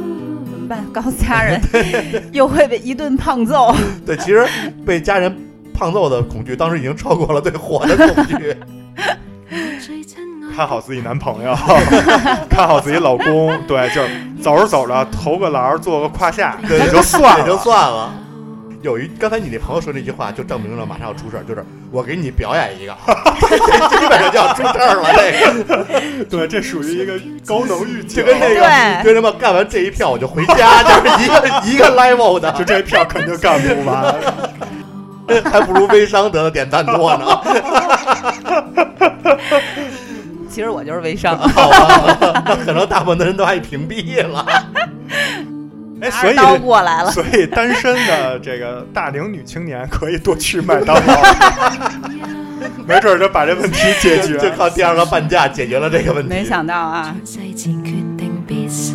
么办？告诉家人，又会被一顿胖揍。 对，其实被家人胖揍的恐惧，当时已经超过了对火的恐 惧。看好自己男朋友， 看好自己老公， 对，就是走着走着投个篮，做个胯 下，对，也就算也了，就算了。有一刚才你那朋友说那句话，就证明了马上要出事儿，就是我给你表演一个， 这基本上就要出事儿了。这个对，这属于一个高能预就，警跟那个对跟什么干完这一票我就回家，就是一个一个 level 的， 就这票肯定干不 完。还不如微商得的点赞多呢。其实我就是微商，好吧， 那可能大部分的人都爱屏蔽了。哎，拿所着刀以过来了。所以单身的这个大龄女青年可以多去麦当劳， 没准儿就把这问题解决。就靠第二个半价解决了这个问题。没想到啊，世前决定必修，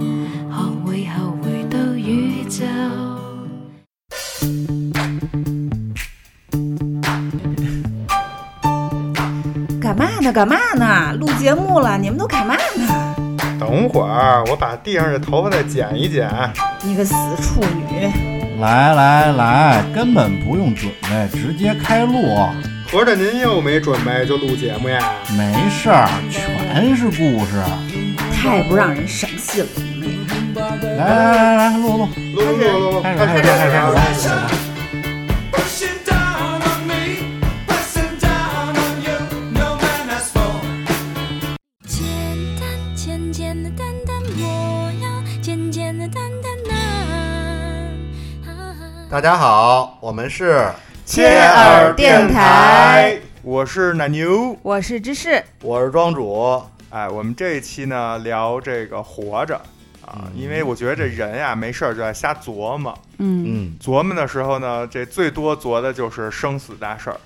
学会后回到宇宙。干嘛呢？干嘛呢？录节目了，你们都干嘛呢？ 等会儿啊我把地上的头发再剪一剪。你个死处女！来来来，根本不用准备，直接开录，合着您又没准备就录节目呀？没事儿，全是故事。太不让人省心了，你们来来来来，录录，录录录录，开始开始开始开始。 Pushing down on me, pressing down on you, no man has for. 简单简简单单，我要简简单单的。啊大家好，我们是切耳电台，我是奶牛，我是芝士，我是庄主，哎，我们这一期呢聊这个活着啊，嗯因为我觉得这人呀、没事儿就爱瞎琢磨，嗯，嗯，琢磨的时候呢，这最多琢的就是生死大事儿，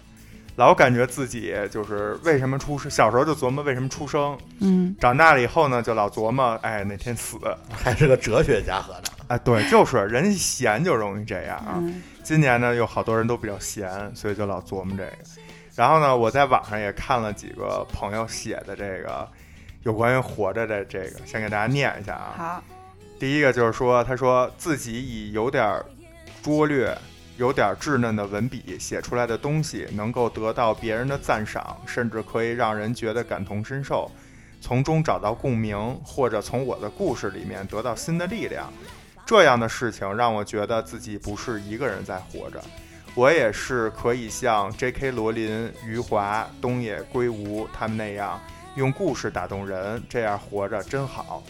老感觉自己就是为什么出生，小时候就琢磨为什么出生，嗯，长大了以后呢，就老琢磨哎哪天死，还是个哲学家合的。哎对，就是人一闲就容易这样啊。嗯今年呢，有好多人都比较闲，所以就老琢磨这个。然后呢，我在网上也看了几个朋友写的这个有关于活着的这个，先给大家念一下啊。好，第一个就是说，他说自己以有点儿拙劣、有点儿稚嫩的文笔写出来的东西，能够得到别人的赞赏，甚至可以让人觉得感同身受，从中找到共鸣，或者从我的故事里面得到新的力量。这样的事情让我觉得自己不是一个人在活着，我也是可以像 J.K. 罗琳、余华、东野圭吾他们那样，用故事打动人，这样活着真好。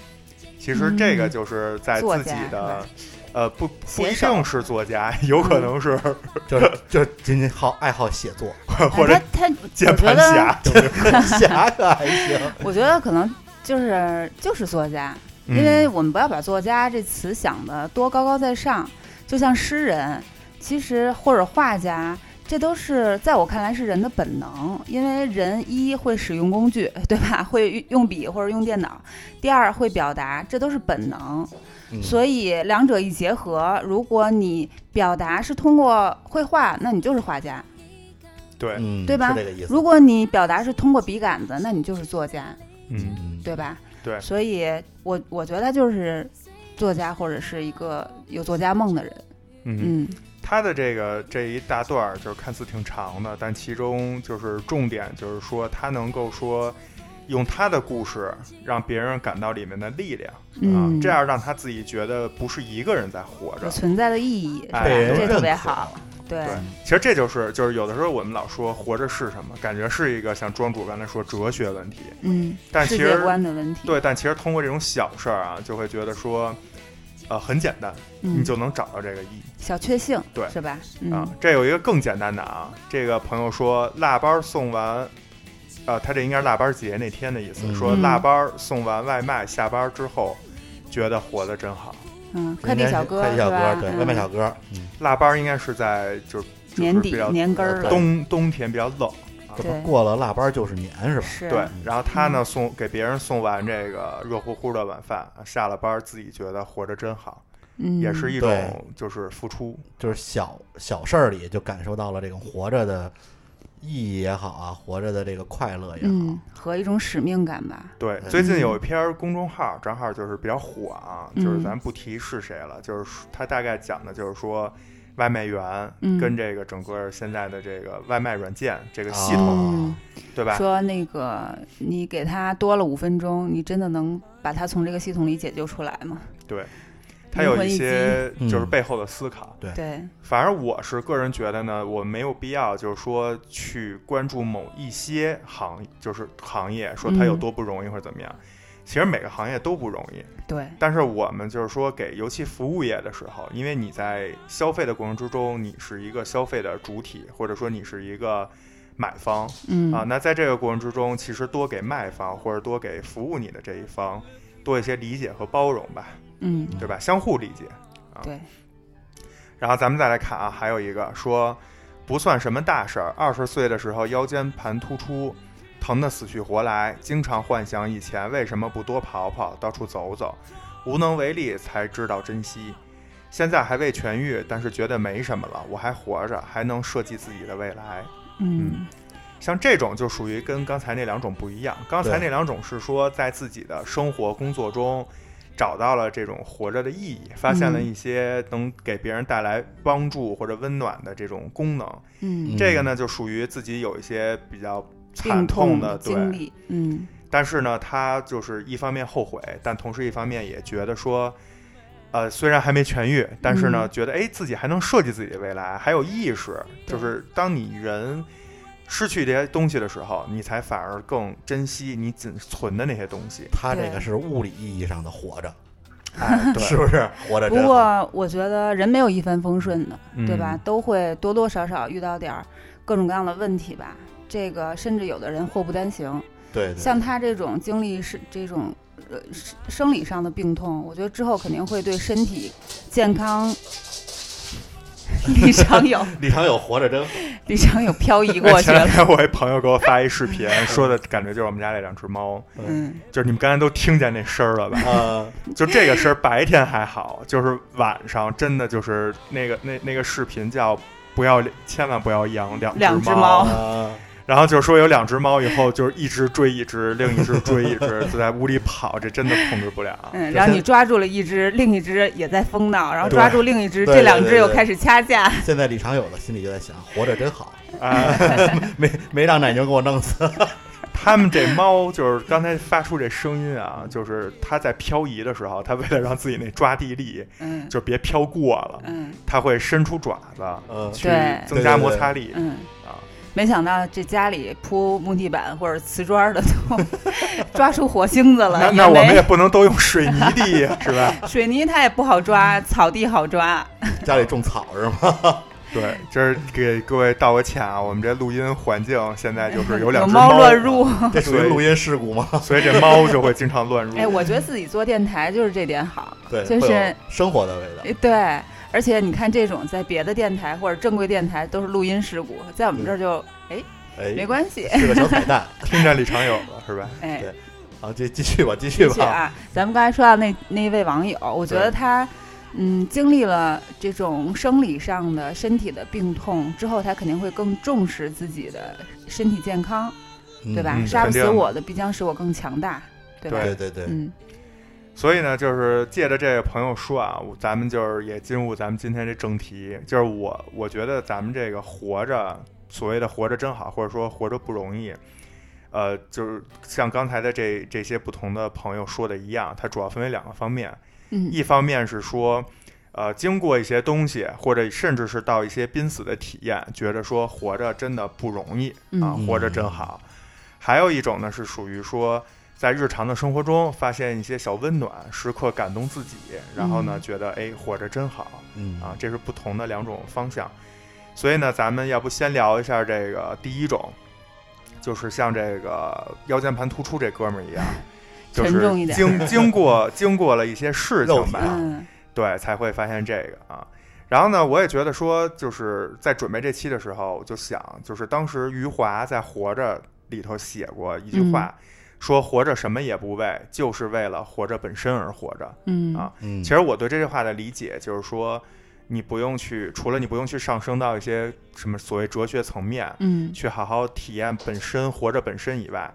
其实这个就是在嗯作自己家的，呃，不不一写手定是作家， 有可能是 嗯就是就是仅仅好爱好写作， 或者哎他他，键我觉盘得，侠，侠可还行。我觉得可能就是就是作家，嗯因为我们不要把作家这词想的多高高在上，就像诗人，其实或者画家，这都是在我看来是人的本能，因为人一会使用工具，对吧？ 会用笔或者用电脑，第二会表达，这都是本能。嗯所以两者一结合，如果你表达是通过绘画，那你就是画家；对，嗯，对吧是这个意思。如果你表达是通过笔杆子，那你就是作家，嗯，嗯，对吧？对所以我我觉得就是作家或者是一个有作家梦的人，嗯，嗯他的这个这一大段儿就是看似挺长的，但其中就是重点就是说他能够说用他的故事让别人感到里面的力量啊嗯，，这样让他自己觉得不是一个人在活着有。存在的意义，是吧？哎被人这特别认可好，对对，其实这就是就是有的时候我们老说活着是什么，感觉是一个像庄主刚才说哲学问题，嗯，但世其界实观的问题，对，但其实通过这种小事儿啊，就会觉得说，呃，很简单，你嗯，就能找到这个意义。小确幸，对是吧？啊嗯，，这有一个更简单的啊，这个朋友说腊八儿送完，呃，他这应该是腊八儿节那天的意思，嗯说腊八儿送完外卖，下班儿之后觉得活得真好。嗯，快递应该是小哥，快递小是吧哥，对，嗯外卖小哥，嗯，腊八儿应该是在就是年就是比底较年根儿了，冬冬天比较冷，这对不过了腊八就是年是吧？是，对，然后他呢送给别人送完这个热乎乎的晚饭，下了班儿自己觉得活着真好，嗯，也是一对种就是付出。就是小小事儿里就感受到了这种活着的意义也好啊，活着的这个快乐也好，嗯，和一种使命感吧。对，嗯最近有一篇公众号，正好就是比较火啊，嗯就是咱不提是谁了，就是说他大概讲的就是说。外卖员嗯跟这个整个现在的这个外卖软件这个啊系哦统，嗯，对吧？说那个你给他多了五分钟，你真的能把他从这个系统里解救出来吗？对，它有一些嗯就是背后的思考。对，反正我是个人觉得呢，我没有必要就是说去关注某一些行，就是行业说嗯它有多不容易或者怎么样。其实每个行业都不容易，对，但是我们就是说给，尤其服务业的时候，因为你在消费的过程之中，你是一个消费的主体，或者说你是一个买方，嗯啊，那在这个过程之中，其实多给卖方或者多给服务你的这一方多一些理解和包容吧，嗯，对吧？相互理解。对，然后咱们再来看啊，还有一个说不算什么大事儿，二十岁的时候腰间盘突出，疼得死去活来，经常幻想以前为什么不多跑跑，到处走走，无能为力才知道珍惜。现在还未痊愈，但是觉得没什么了，我还活着，还能设计自己的未来。嗯像这种就属于跟刚才那两种不一样。刚才对那两种是说在自己的生活、工作中找到了这种活着的意义，发现了嗯一些能给别人带来帮助或者温暖的这种功能。嗯，嗯这个呢，就属于自己有一些比较惨病痛的的经对，历，嗯但是呢，他就是一方面后悔，但同时一方面也觉得说。呃，虽然还没痊愈，但是呢，嗯觉得哎，自己还能设计自己的未来，还有意识。对就是当你人失去这些东西的时候，你才反而更珍惜你仅存的那些东西。他这对个是物理意义上的 活着，哎，是不是？活着不真好。过我觉得人没有一帆风顺的，嗯对吧？？都会多多少少遇到点儿各种各样的问题吧。这个甚至有的人祸不单行，对对对，像他这种经历是这种呃生生理上的病痛，我觉得之后肯定会对身体健康。 李商有李长友活着真好， 李商有漂移哎过去前两 了，天我一朋友给我发一视频，说的感觉就是我们家那两只猫，嗯，就是你们刚才都听见那声儿了吧？呃，就这个事儿，白天还好，就是晚上真的就是那个那那个视频叫不要千万不要养两两只只猫呃然后就说有两只猫以后就是一只追一只，另一只追一只，就在屋里跑，这真的控制不了。 嗯，就然后现你抓住了一只，另一只也在疯闹，然后对抓住另一只，对这两对只又对开始掐架。现在李长友的心里就在想，活着真好，啊， 没没让奶牛给我弄死。他们这猫就是刚才发出这声音啊，就是它在漂移的时候，它为了让自己那抓地力嗯就别飘过了，嗯它会伸出爪子嗯，去对增加摩擦力嗯，啊。没想到这家里铺木地板或者瓷砖的都 抓出火星子了，那也那我们没也不能都用水泥地 呀是吧？水泥它也不好抓，草地好抓。家里种草是吗？ 对，这是给各位道个歉啊，我们这录音环境现在就是有两有只猫猫啊乱入，这属于录音事故吗？ 所以这猫就会经常乱入。哎，我觉得自己做电台就是这点好，对，就是会有生活的味道。嗯哎对，而且你看这种在别的电台或者正规电台都是录音事故，在我们这儿就哎，没关系，是个小彩蛋。听着李长友了是吧？哎对。好，继继续吧，继 续并且吧。啊，咱们刚才说到那那一位网友，我觉得对他，嗯，经历了这种生理上的身体的病痛之后，他肯定会更重视自己的身体健康，嗯对吧？嗯杀不肯死定我的，必将使我更强大，对吧？对对对，嗯，所以呢，就是借着这个朋友说啊，我咱们就是也进入咱们今天这正题，就是我我觉得咱们这个活着，所谓的活着真好，或者说活着不容易，呃，就是像刚才的这这些不同的朋友说的一样，它主要分为两个方面，嗯，一方面是说，呃，经过一些东西，或者甚至是到一些濒死的体验，觉得说活着真的不容易啊，嗯活着真好。还有一种呢，是属于说在日常的生活中发现一些小温暖，时刻感动自己，然后呢，嗯觉得哎，活着真好嗯啊，这是不同的两种方向。所以呢，咱们要不先聊一下这个第一种，就是像这个腰间盘突出这哥们儿一样，就沉重是一点 经经过经过了一些事肉情体吧，嗯，对，才会发现这个啊。然后呢，我也觉得说，就是在准备这期的时候，我就想，就是当时余华在《活着》里头写过一句话，嗯说活着什么也不为，就是为了活着本身而活着。嗯，啊嗯，其实我对这句话的理解就是说，你不用去，除了你不用去上升到一些什么所谓哲学层面，嗯去好好体验本身活着本身以外，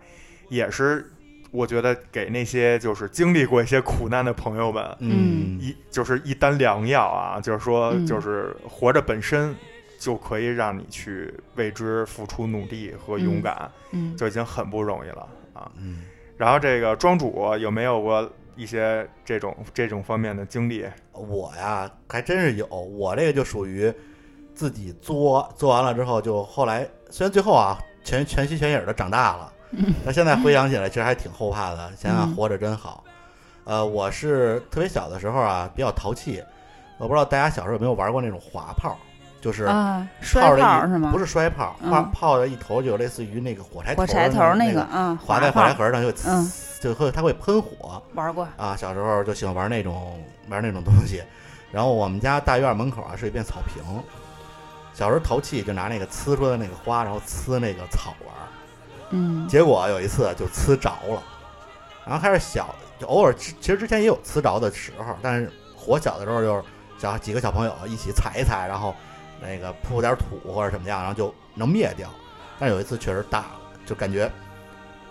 也是我觉得给那些就是经历过一些苦难的朋友们，嗯一就是一单良药啊，就是说嗯就是活着本身。就可以让你去为之付出努力和勇敢，嗯，就已经很不容易了啊！嗯，然后这个庄主有没有过一些这种这种方面的经历？我呀还真是有，我这个就属于自己作，作完了之后就后来虽然最后啊全全心全影的长大了，但现在回想起来其实还挺后怕的，想想嗯活着真好。呃，我是特别小的时候啊比较淘气，我不知道大家小时候有没有玩过那种滑炮，就是啊，摔泡着一炮是吗？不是是摔炮，嗯泡泡着一头就有类似于那个火柴火柴头头儿那个，啊，划在火炮柴盒上就嗯就会它会喷火玩过，啊。小时候就喜欢玩那种玩那种东西，然后我们家大院门口啊是一片草坪，小时候淘气就拿那个呲出来的那个花，然后呲那个草玩儿。嗯结果有一次就呲着了，然后还是小，就偶尔其其实之前也有呲着的时候，但是火小的时候就是小几个小朋友一起踩一踩，然后那个铺点土或者什么样，然后就能灭掉。但是有一次确实大了，就感觉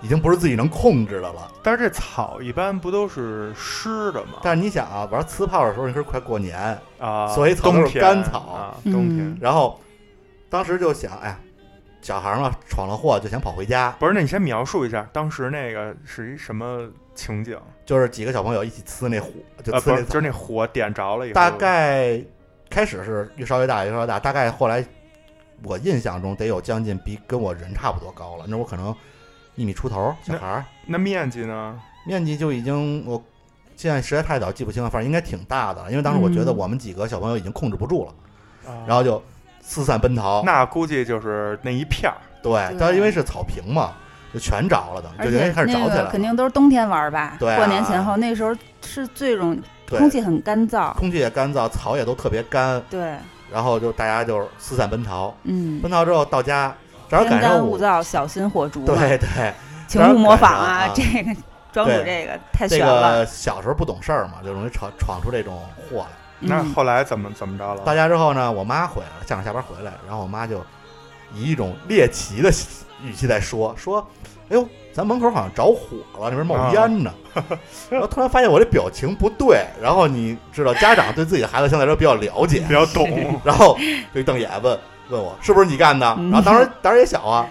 已经不是自己能控制的了。但是这草一般不都是湿的吗？但是你想啊，玩呲炮的时候，那是快过年，啊，所以草冬都是天干草啊，嗯冬天然后当时就想，哎呀，小孩嘛，闯了祸就想跑回家，不是？那你先描述一下当时那个是一什么情景？就是几个小朋友一起呲那火，就啊，呲不那是，草就是那火点着了以后，大概开始是越烧越大，越烧越大，大概后来我印象中得有将近比跟我人差不多高了，那我可能一米出头，小孩儿那面积呢？面积就已经我现在实在太早记不清了，反正应该挺大的了，因为当时我觉得嗯我们几个小朋友已经控制不住了，然然后就四散奔逃。哦那估计就是那一片儿，对，但是因为是草坪嘛，就全着了，等于而就等且于开始那着起来个了。肯定都是冬天玩吧，对啊过年前后那时候是最容对，空气很干燥，空气也干燥，草也都特别干，对，然后就大家就是四散奔逃。嗯，奔逃之后到家，正好天赶上干我物燥，小心火烛，，啊 对对，请勿模仿啊赶啊这个 庄主对这个太这悬了，个小时候不懂事儿嘛，就容易闯闯出这种祸来。那嗯后来怎么怎么着了？到家之后呢，我妈回来了，下午下班回来，然后我妈就以一种猎奇的语气在说说：“哎呦，咱门口好像着火了，那边冒烟呢。 然后突然发现我这表情不对，然后你知道家长对自己的孩子相对来说比较了解比，较 懂，然后就一瞪眼问问我是不是你干的？嗯然后当时当时也小啊，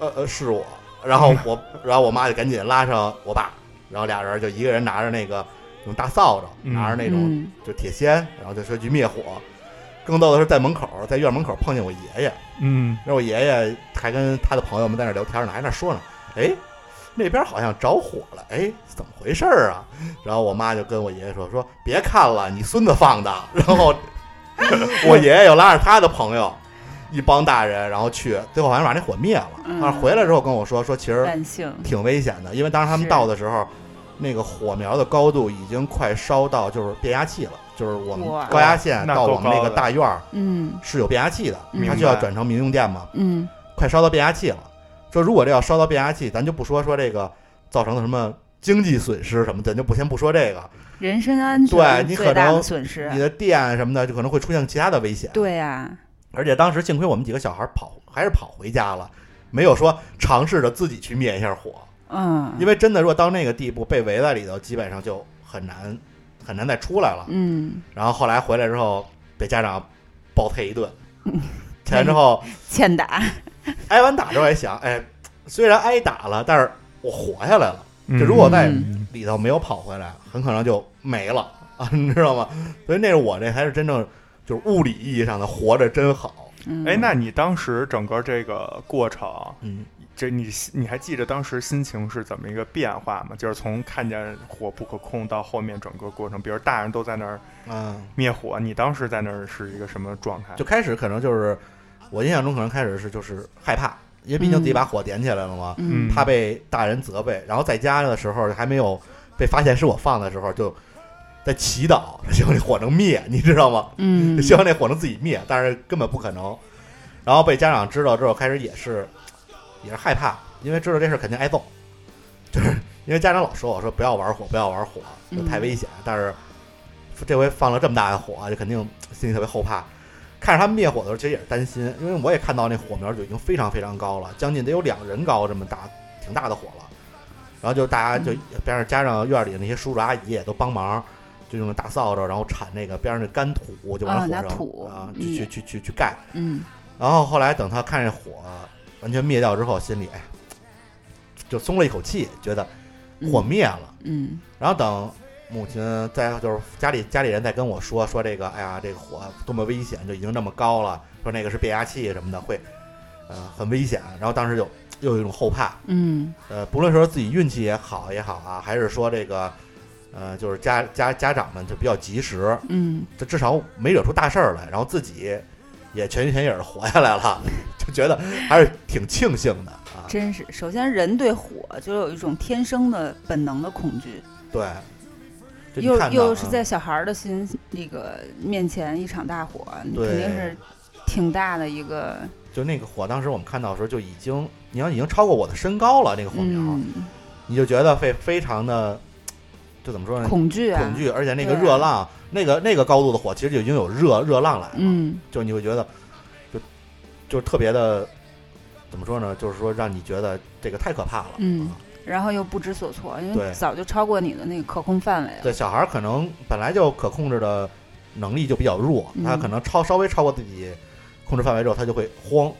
呃呃是我。然嗯后我然后我妈就赶紧拉上我爸，然后俩人就一个人拿着那个那种大扫帚，嗯拿着那种嗯就铁锨，然后就说去灭火。更逗的是在门口，在院门口碰见我爷爷，嗯，那我爷爷还跟他的朋友们在那聊天呢，还在那说呢，哎，那边好像着火了，哎，怎么回事儿啊？然后我妈就跟我爷爷说，说别看了，你孙子放的。然后 我爷爷又拉着他的朋友，一帮大人，然后去，最后好像把那火灭了。嗯但是回来之后跟我说，说其实万幸，挺危险的，因为当时他们是到的时候，那个火苗的高度已经快烧到就是变压器了，就是我们哇高压线那到够我们那高个的大院儿嗯是有变压器的，嗯它就要转成民用电嘛。嗯快烧到变压器了。说如果这要烧到变压器，咱就不说说这个造成的什么经济损失什么的，咱就不先不说这个，人身安对全你最可大的能损失你，的电什么的就可能会出现其他的危险。，啊对啊呀，而且当时幸亏我们几个小孩跑，还是跑回家了，没有说尝试着自己去灭一下火，嗯，因为真的如果到那个地步被围在里头，基本上就很难很难再出来了。嗯然后后来回来之后被家长暴揍一顿，嗯起来之后欠打，挨完打之后还想，哎，虽然挨打了，但是我活下来了。嗯就如果在嗯里头没有跑回来，很可能就没了 啊，你知道吗？所以那是我这才是真正就是物理意义上的活着真好。嗯哎，那你当时整个这个过程，嗯，这你你还记得当时心情是怎么一个变化吗？就是从看见火不可控到后面整个过程，比如大人都在那儿嗯，灭火，你当时在那儿是一个什么状态？就开始可能就是我印象中可能开始是就是害怕，因为毕竟自己把火点起来了嘛，嗯嗯怕被大人责备。然后在家的时候还没有被发现是我放的时候，就在祈祷，希望这火能灭，你知道吗？嗯 就希望那火能自己灭，但是根本不可能。然后被家长知道之后，开始也是也是害怕，因为知道这事儿肯定挨揍，就是因为家长老说我说不要玩火，不要玩火，就太危险。但是这回放了这么大的火，就肯定心里特别后怕。看着他们灭火的时候，其实也是担心，因为我也看到那火苗就已经非常非常高了，将近得有两人高这么大，挺大的火了。然后就大家就嗯边上加上院里的那些叔叔阿姨也都帮忙，就用大扫帚，然后铲那个边上的干土，就往啊火拿上土啊，嗯去去去去去盖。嗯，然后后来等他看这火完全灭掉之后，心里哎就松了一口气，觉得嗯火灭了。嗯然后等母亲再就是家里家里人再跟我说说这个，哎呀，这个火多么危险，就已经那么高了，说那个是变压器什么的，会呃很危险。然后当时就又有一种后怕，嗯呃，不论说自己运气也好也好啊，还是说这个呃就是家家家长们就比较及时，嗯，这至少没惹出大事儿来，然后自己也全心全意的活下来了，就觉得还是挺庆幸的啊。真是。首先，人对火就有一种天生的本能的恐惧，对，这你又看到又啊是在小孩儿的心那个面前一场大火，你对肯定是挺大的一个就那个火，当时我们看到的时候就已经，你要已经超过我的身高了，那个火苗，嗯你就觉得非非常的，就怎么说呢？恐惧啊，呃恐惧，而且那个对啊热浪，那个那个高度的火，其实就已经有热热浪来了，嗯就你会觉得，就就特别的，怎么说呢？就是说让你觉得这个太可怕了。嗯啊，然后又不知所措，因对为早就超过你的那个可控范围了。对，小孩儿可能本来就可控制的能力就比较弱，嗯，，他可能超稍微超过自己控制范围之后，他就会慌。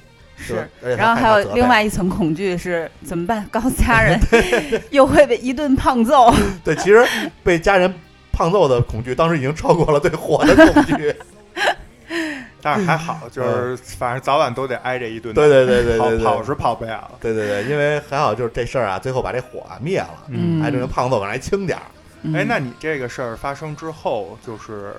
就是而且他然后还害怕有责另备外一层恐惧是怎么办？告诉家人 又会被一顿胖揍。 对，其实被家人胖揍的恐惧，当时已经超过了对火的恐 惧。但是还好，就是反正早晚都得挨这一顿打。对对嗯对对跑对对，跑是跑不了了。对对对，因为还好就是这事儿啊，最后把这火啊灭了，嗯，还这个胖揍可能还轻点儿。嗯哎，那你这个事儿发生之后，就是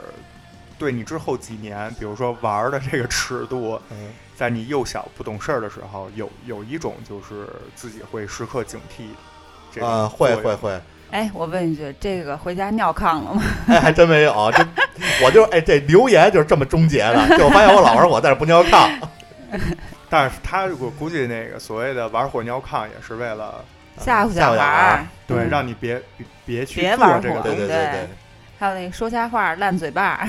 对你之后几年，比如说玩儿的这个尺度，嗯在你幼小不懂事儿的时候，有有一种就是自己会时刻警惕这个。嗯，会会。会，哎，我问一句，这个回家尿炕了吗？哎，还真没有，这我就哎这留言就是这么终结的，就我发现我老玩火，但是不尿炕， 但是他我估计那个所谓的玩火尿炕，也是为了吓唬小啊小孩儿，儿，对、嗯让你别别去别做玩这个火东对西。对对还有那个说瞎话、烂嘴巴 儿，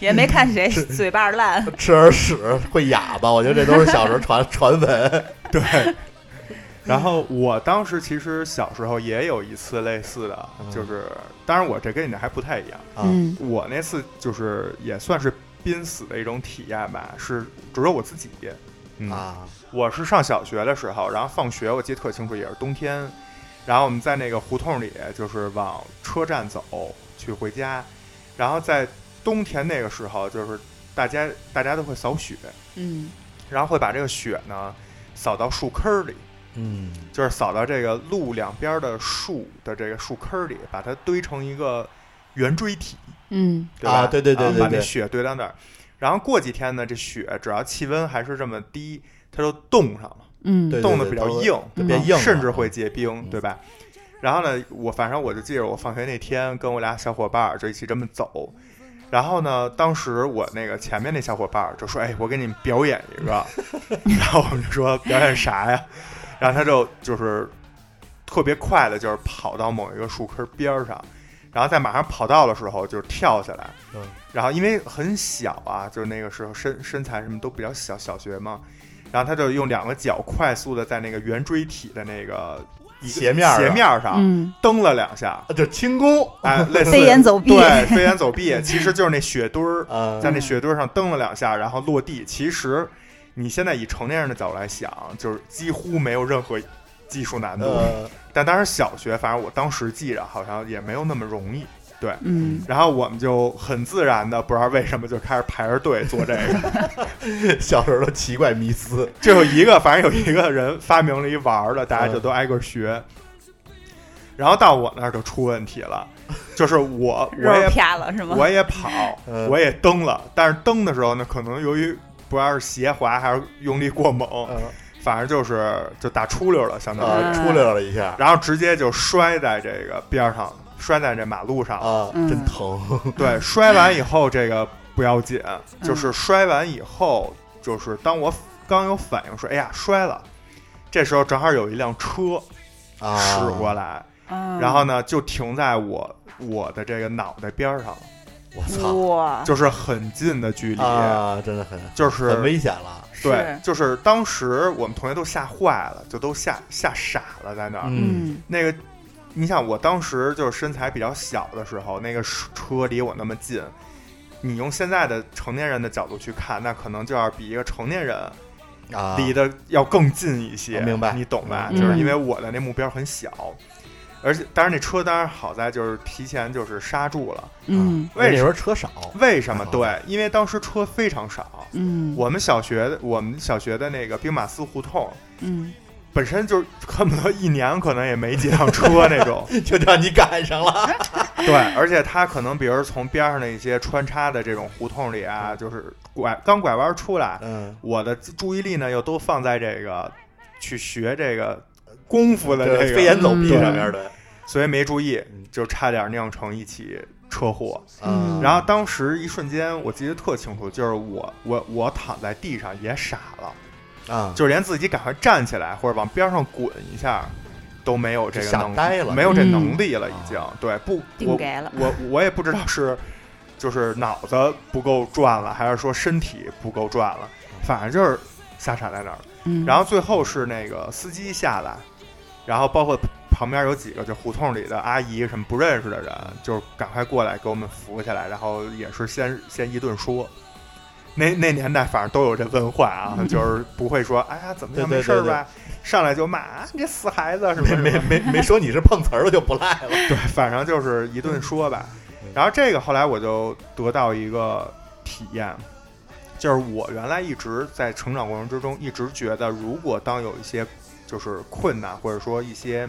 也没看谁嘴巴儿烂。对，吃耳屎会哑巴，我觉得这都是小时候传 传闻。对。然后我当时其实小时候也有一次类似的，嗯就是当然我这跟你的还不太一样，啊嗯我那次就是也算是濒死的一种体验吧，是只有我自己。嗯，啊，我是上小学的时候，然后放学我记得特清楚，也是冬天，然后我们在那个胡同里就是往车站走去回家，然后在冬天那个时候就是大家大家都会扫雪，嗯然后会把这个雪呢扫到树坑儿里。嗯就是扫到这个路两边的树的这个树坑儿里，把它堆成一个圆锥体，嗯对吧？啊对对对啊对把那对雪堆到那儿。然后过几天呢，这雪只要气温还是这么低，它就冻上了，嗯，对冻得比较都啊硬，就嗯变硬了，甚至会结冰，嗯对吧？然后呢，我反正我就记着，我放学那天跟我俩小伙伴儿就一起这么走。然后呢，当时我那个前面那小伙伴儿就说：“哎，我给你们表演一个。” 然后我们就说：“表演啥呀？”然后他就就是特别快的，就是跑到某一个树坑边儿上，然后在马上跑到的时候就跳下来。嗯然后因为很小啊，就是那个时候身身材什么都比较小，小学嘛。然后他就用两个脚快速的在那个圆锥体的那个一个斜面儿斜面儿上嗯，蹬了两 下，啊，就是轻功，哎，类似飞檐走壁对，飞檐 走壁，其实就是那雪堆儿，呃，在那雪堆儿上蹬了两下，然后落地。其实你现在以成年人的角度来想，就是几乎没有任何技术难度。呃，但当时小学，反正我当时记着好像也没有那么容易。嗯，然后我们就很自然的，不知道为什么就开始排着队做这个。 小时候的奇怪迷思，就有一个，反正有一个人发明了一玩儿的，大家就都挨个学。然后到我那儿就出问题了，就 是我我肉也啪了是吗？我也跑，嗯我也蹬了，但是蹬的时候呢，可能由于不知道是斜滑还是用力过猛，呃反正就是就打出溜了，相当于，啊，嗯出溜了一下然后直接就摔在这个边儿上了，摔在这马路上了。啊，嗯真疼，对，摔完以后这个不要紧，嗯就是摔完以后，就是当我刚有反应说“哎呀，摔了”，这时候正好有一辆车啊，驶过来，嗯，然后呢就停在我我的这个脑袋边儿上了，我操哇，就是很近的距离，啊，真的很就是很危险了。对是，就是当时我们同学都吓坏了，就都吓吓傻了在那儿。嗯，嗯那个，你想我当时就是身材比较小的时候，那个车离我那么近，你用现在的成年人的角度去看，那可能就要比一个成年人啊，离得要更近一些。我明白你懂吧？嗯就是因为我的那目标很小，而且当然那车当然好在就是提前就是刹住了。嗯那为时什候车少， 为什还么？好对，因为当时车非常少。嗯，啊我们小学的我们小学的那个兵马司胡同，嗯本身就是恨不得一年可能也没几辆车那种，就让你赶上了。对，而且它可能比如从边上的一些穿插的这种胡同里啊，就是拐刚拐弯出来，嗯，我的注意力呢又都放在这个去学这个功夫的这飞个，檐走壁嗯上面的，所以没注意，就差点酿成一起车祸。啊嗯然后当时一瞬间我记得特清楚，就是我我我躺在地上也傻了，啊，就连自己赶快站起来或者往边上滚一下都没有这个吓能呆了啊没有这嗯能力了，已经、对不定我格了 我我也不知道是就是脑子不够转了，还是说身体不够转了，反正就是吓傻在那儿。嗯，然后最后是那个司机下来，然后包括旁边有几个就胡同里的阿姨什么不认识的人，就是赶快过来给我们扶起来，然后也是先先一顿说。那那年代反正都有这文 化啊，就是不会说哎呀怎么样对对没事儿对对吧，上来就骂啊你这死孩子什么没什么没没没说你是碰瓷儿，我就不赖 了。对，反正就是一顿说吧嗯。然后这个后来我就得到一个体验，就是我原来一直在成长过程之中，一直觉得如果当有一些就是困难或者说一些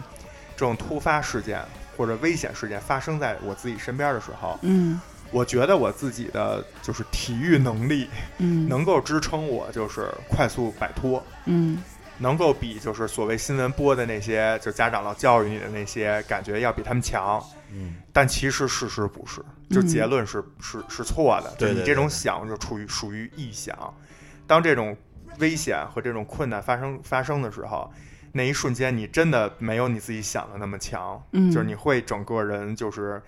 这种突发事件或者危险事件发生在我自己身边的时候，嗯我觉得我自己的就是体育能力嗯能够支撑我就是快速摆脱。嗯能够比就是所谓新闻播的那些，就家长老教育你的那些感觉要比他们强，嗯，但其实事实不是，就嗯结论是、是是错的。对对就你对这种对想就处于属于臆想。当这种危险和这种困难发生发生的时候，那一瞬间你真的没有你自己想的那么强，嗯，就是你会整个人就是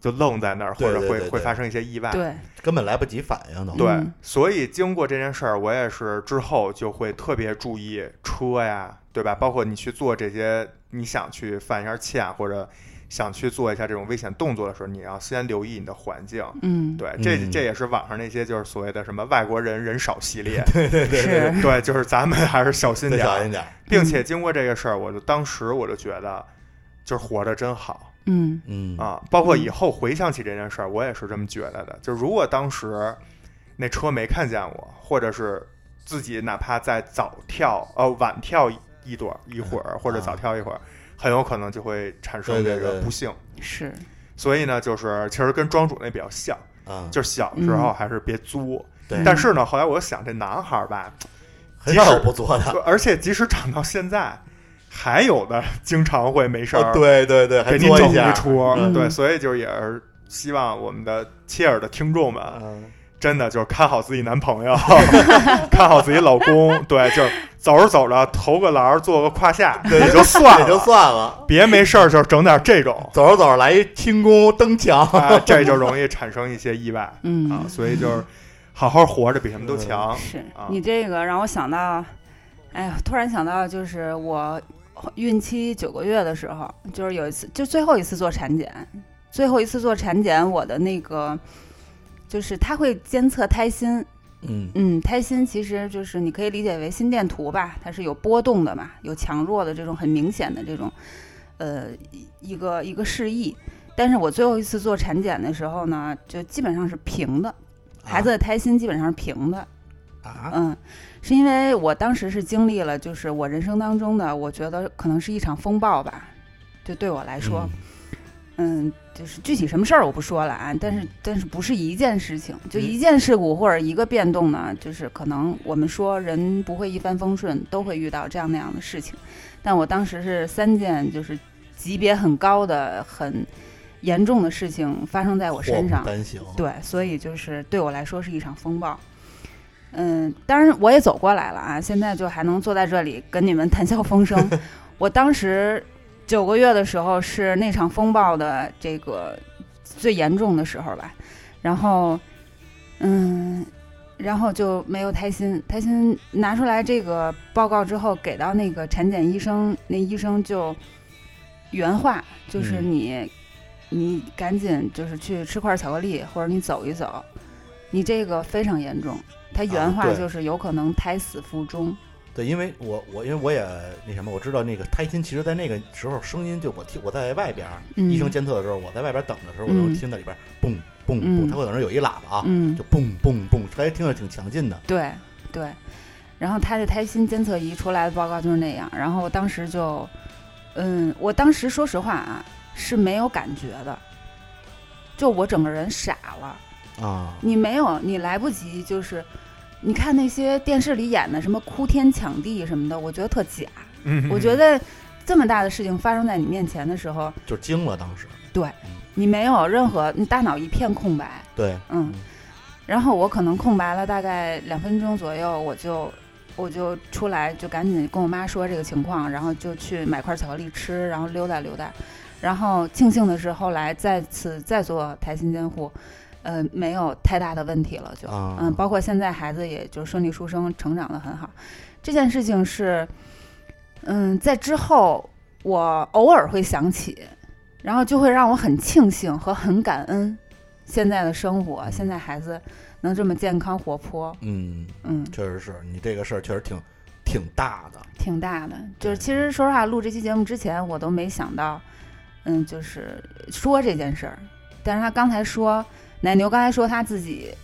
就愣在那儿，对或者对会对会对发生一些意外。对，根本来不及反应都。对嗯所以经过这件事儿，我也是之后就会特别注意车呀，对吧？包括你去做这些，你想去犯一下欠或者想去做一下这种危险动作的时候，你要先留意你的环境。嗯对，这嗯这也是网上那些就是所谓的什么外国人人少系 列，对对对，是，对，就是咱们还是小心再点小心儿，点儿。并且经过这个事儿，我就当时我就觉得，就是活着真好，嗯嗯，啊，包括以后回想起这件事儿，我也是这么觉得的。就如果当时那车没看见我，或者是自己哪怕再早跳呃晚跳一段一会儿，或者早跳一会儿，很有可能就会产生啊对这对个对不幸。是，所以呢，就是其实跟庄主那比较像，啊，就是小时候还是别作。对但是呢，后来我又想，这男孩儿吧，很少即有使不做的。而且即使长到现在，还有的经常会没事儿、啊对对对，还给你做整一下。出儿，嗯对，所以就是也是希望我们的切耳的听众们，嗯，真的就是看好自己男朋友， 看好自己老公，对，就是走着走着投个篮儿，做个胯下， 也就算也了，就算了。，别没事儿就整点这 种走着走着来一轻功蹬墙， 哎，这就容易产生一些意外啊，嗯所以就是好好活着比什嗯么都 强，是啊你这个让我想到，哎呀，突然想到就是我孕期九个月的时候，就是有一次，就最后一次做产检，最后一次做产检，我的那个就是他会监测胎心，嗯嗯，胎心其实就是你可以理解为心电图吧，它是有波动的嘛，有强弱的这种很明显的这种，呃，一一个一个示意。但是我最后一次做产检的时候呢，就基本上是平的，孩子的胎心基本上是平的，啊，嗯，是因为我当时是经历了，就是我人生当中的，我觉得可能是一场风暴吧，就对我来说，嗯就是具体什么事儿我不说了啊，但是但是不是一件事情，就一件事故或者一个变动呢，就是可能我们说人不会一帆风顺，都会遇到这样那样的事情，但我当时是三件就是级别很高的很严重的事情发生在我祸身不上，单行，对，所以就是对我来说是一场风暴。嗯，当然我也走过来了啊，现在就还能坐在这里跟你们谈笑风生。我当时九个月的时候是那场风暴的这个最严重的时候吧，然后，嗯，然后就没有胎心，胎心拿出来这个报告之后，给到那个产检医生，那医生就原话就是嗯你、你赶紧就是去吃块巧克力，或者你走一走，你这个非常严重。他原啊话对就是有可能胎死腹中，对，因为我我因为我也那什么，我知道那个胎心，其实在那个时候声音就我听我在外边儿，嗯医生监测的时候，我在外边等的时候，我能嗯听到里边儿嘣嘣嗯嘣，他会可能有一喇叭啊，嗯就嘣嘣嘣，他听着挺强劲的。对对，然后他的胎心监测仪出来的报告就是那样，然后我当时就，嗯，我当时说实话啊是没有感觉的，就我整个人傻了，啊，你没有，你来不及就是。你看那些电视里演的什么哭天抢地什么的，我觉得特假。嗯我觉得这么大的事情发生在你面前的时候，就惊了当时。你没有任何，你大脑一片空白。对，嗯，然后我可能空白了大概两分钟左右，我就我就出来，就赶紧跟我妈说这个情况，然后就去买块巧克力吃，然后溜达溜达。然后庆幸的是，后来再次再做胎心监护，呃，没有太大的问题了，就、啊嗯，包括现在孩子也就顺利出生，成长的很好。这件事情是，嗯，在之后我偶尔会想起，然后就会让我很庆幸和很感恩现在的生活，现在孩子能这么健康活泼，嗯，嗯，确实是你这个事儿确实挺挺大的。挺大的。就是对其实说实话，录这期节目之前，我都没想到，嗯，就是说这件事儿。但是他刚才说，奶牛刚才说他自己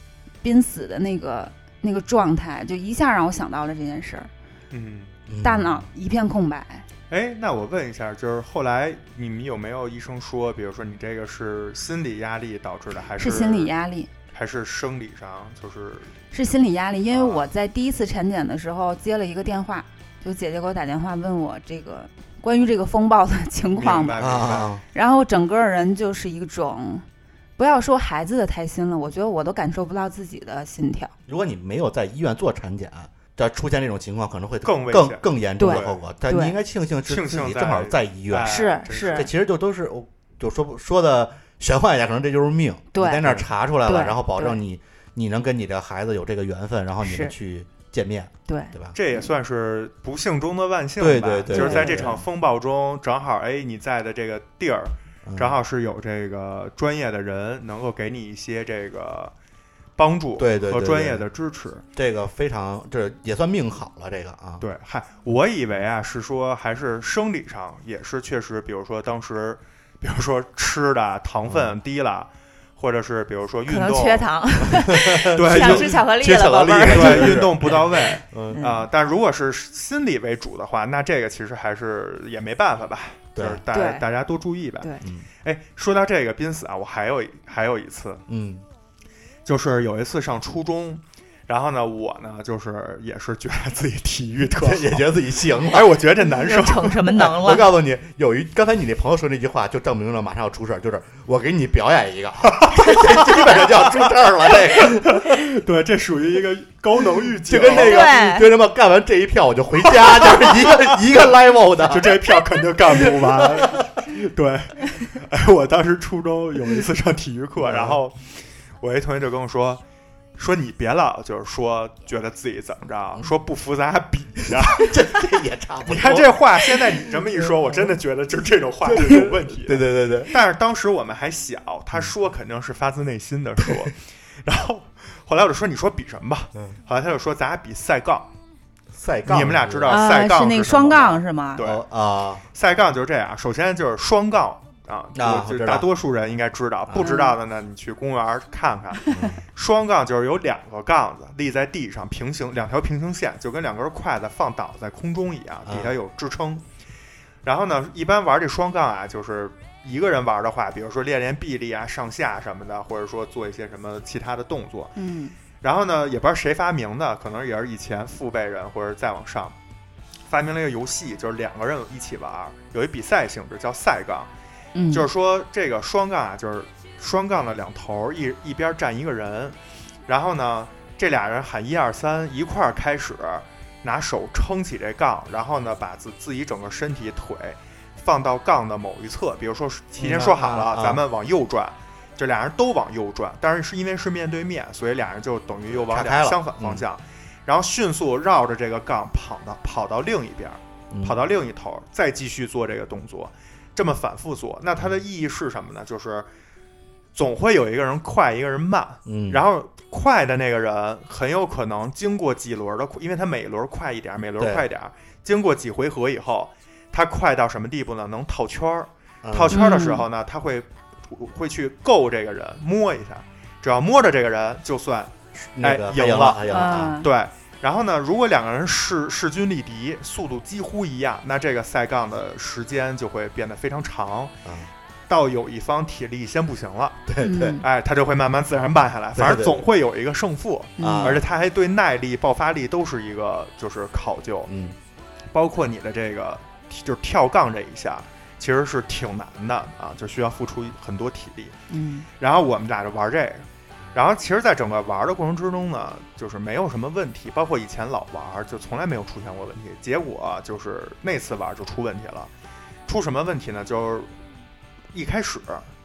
濒死的那个那个状态，就一下让我想到了这件事儿，嗯，嗯大脑一片空白。哎，那我问一下，就是后来你们有没有医生说，比如说你这个是心理压力导致的，还是是心理压力，还是生理上？就是是心理压力，因为啊我在第一次产检的时候接了一个电话，就姐姐给我打电话问我这个关于这个风暴的 情明况嘛，白明啊白，啊，然后整个人就是一种，不要说孩子的胎心了，我觉得我都感受不到自己的心跳。如果你没有在医院做产检，再出现这种情况，可能会更危更险更严重的对后果。但对你应该庆幸是庆幸自己在正好在医院哎，是真是这其实就都是我哦就说不说的玄幻一点，可能这就是命。对你在那儿查出来了，对然后保证对你你能跟你的孩子有这个缘分，然后你是们去见面，对，对吧？这也算是不幸中的万幸吧。对对对就是在这对场风暴中，正好哎你在的这个地儿，嗯正好是有这个专业的人能够给你一些这个帮助，对对对和对专业的支持。这个非常这也算命好了，这个啊，对，嗨，我以为啊是说还是生理上也是确实，比如说当时，比如说吃的糖嗯分低了，或者是比如说运可能动缺 糖， 对想运吃巧克力缺巧了，克宝力贝儿。 了对运动不到位嗯，啊、但如果是心理为主的话，那这个其实还是也没办法吧，就对是，大对大家多注意吧。对嗯哎，说到这个濒死啊，我还有一还有一次，嗯就是有一次上初中，然后呢，我呢就是也是觉得自己体育特也好，觉得自己行了。哎哎，我觉得这男又生 逞什么能我了？告诉你，有一刚才你那朋友说那句话，就证明了马上要出事儿，就是我给你表演一个， 这基本上就要出事儿了。这个 对，这属于一个高能 预警，就跟那个，对就他妈干完这一票我就回家， 就是一个一个 level 的，就这票肯定干不 完。对，哎， 我当时初中有一次上体育课，然后我一同学就跟我说。说你别老就是说觉得自己怎么嗯着，说不服咱俩比呀、这这也差不多。你看这话，现在你这么一说，我真的觉得就这种话是有问题的。对对对对，但是当时我们还小，他说肯定是发自内心的说，然后后来我就说你说比什么吧，嗯后来他就说咱俩比赛杠，赛杠，你们俩知道啊，赛杠是那是个什么双吗杠是吗？对，哦啊，赛杠就是这样，首先就是双杠。啊啊，就我知道嗯就大多数人应该知道，不知道的呢，你去公园看看。双杠就是有两个杠子立在地上，平行两条平行线，就跟两根筷子放倒在空中一样，嗯底下有支撑。然后呢，一般玩这双杠啊，就是一个人玩的话，比如说练练臂力啊、上下什么的，或者说做一些什么其他的动作。嗯，然后呢，也不知道谁发明的，可能也是以前父辈人或者再往上，发明了一个游戏，就是两个人一起玩儿，有一比赛性质叫赛杠，嗯就是说这个双杠啊，就是双杠的两头儿一一边站一个人，然后呢，这俩人喊一二三，一块儿开始拿手撑起这杠，然后呢，把自自己整个身体腿放到杠的某一侧，比如说是提前说好嗯啊了，啊啊咱们往右转，就俩人都往右转，但是是因为是面对面，所以俩人就等于又往岔开俩了嗯相反方向，然后迅速绕着这个杠跑到跑到另一边，嗯跑到另一头，再继续做这个动作，这么反复做，那嗯它的意义是什么呢？就是总会有一个人快，一个人慢，嗯，然后快的那个人很有可能经过几轮的，因为他每轮快一点，每轮对快一点，经过几回合以后，他快到什么地步呢？能套圈儿。嗯套圈儿的时候呢，他会会去够这个人，摸一下，只要摸着这个人就算那个哎赢赢了，赢了啊，嗯，对。然后呢，如果两个人势势均力敌，速度几乎一样，那这个赛杠的时间就会变得非常长啊，到有一方体力先不行了，对对嗯哎，他就会慢慢自然慢下来，反对对正总会有一个胜负。嗯啊而且他还对耐力、爆发力都是一个就是考究，嗯，包括你的这个就是跳杠这一下，其实是挺难的啊，就需要付出很多体力。嗯然后我们俩就玩这个，然后其实，在整个玩的过程之中呢，就是没有什么问题，包括以前老玩就从来没有出现过问题。结果就是那次玩就出问题了，出什么问题呢？就是一开始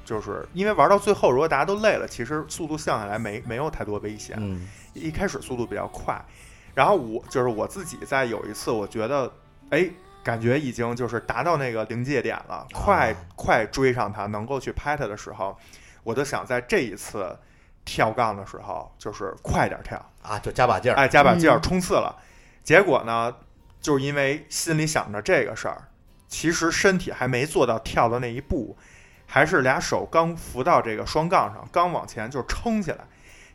就是因为玩到最后，如果大家都累了，其实速度降下来没没有太多危险，嗯一开始速度比较快，然后我就是我自己在有一次，我觉得哎，感觉已经就是达到那个临界点了，快快追上他，能够去拍他的时候，我就想在这一次跳杠的时候，就是快点跳，啊，就加把劲儿，哎，加把劲儿嗯冲刺了。结果呢，就是因为心里想着这个事儿，其实身体还没做到跳的那一步，还是俩手刚扶到这个双杠上，刚往前就撑起来，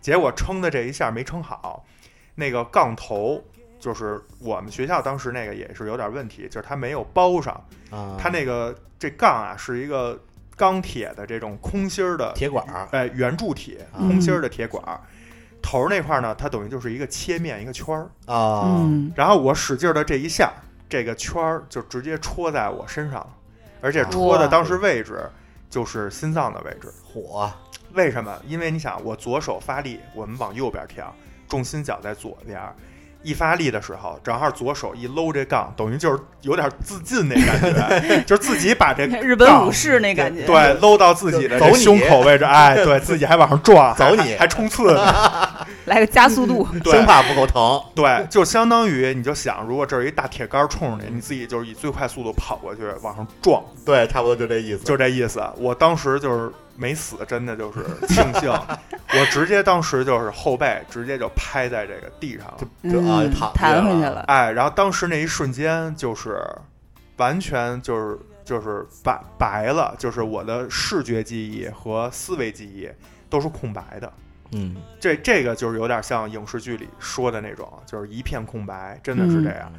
结果撑的这一下没撑好，那个杠头。就是我们学校当时那个也是有点问题，就是它没有包上，啊，它那个这杠啊是一个钢铁的这种空心儿的铁管儿，哎，圆柱体，啊空心儿的铁管嗯儿，头儿那块儿呢，它等于就是一个切面一个圈儿。啊，嗯然后我使劲儿的这一下，这个圈儿就直接戳在我身上了，而且戳的哇当时位置就是心脏的位置。火，为什么？因为你想，我左手发力，我们往右边跳，重心脚在左边儿。一发力的时候，正好左手一搂这杠，等于就是有点自尽那感觉， 就是自己把这 日本武杠士那感觉，对，搂到自己的走这你胸口位置，哎，对自己还往上撞，走还你还冲刺 呢，来个加速度，对生怕不够疼，对，就相当于你就想，如果这儿有一大铁杆冲着你，你自己就是以最快速度跑过去往上撞，对，差不多就这意思，就这意思。啊我当时就是没死，真的就是庆 幸，我直接当时就是后背直接就拍在这个地上了，就就啊嗯，躺弹回去了，了，哎，然后当时那一瞬间就是完全就是就是白白了，就是我的视觉记忆和思维记忆都是空白的。嗯，这这个就是有点像影视剧里说的那种，就是一片空白，真的是这样。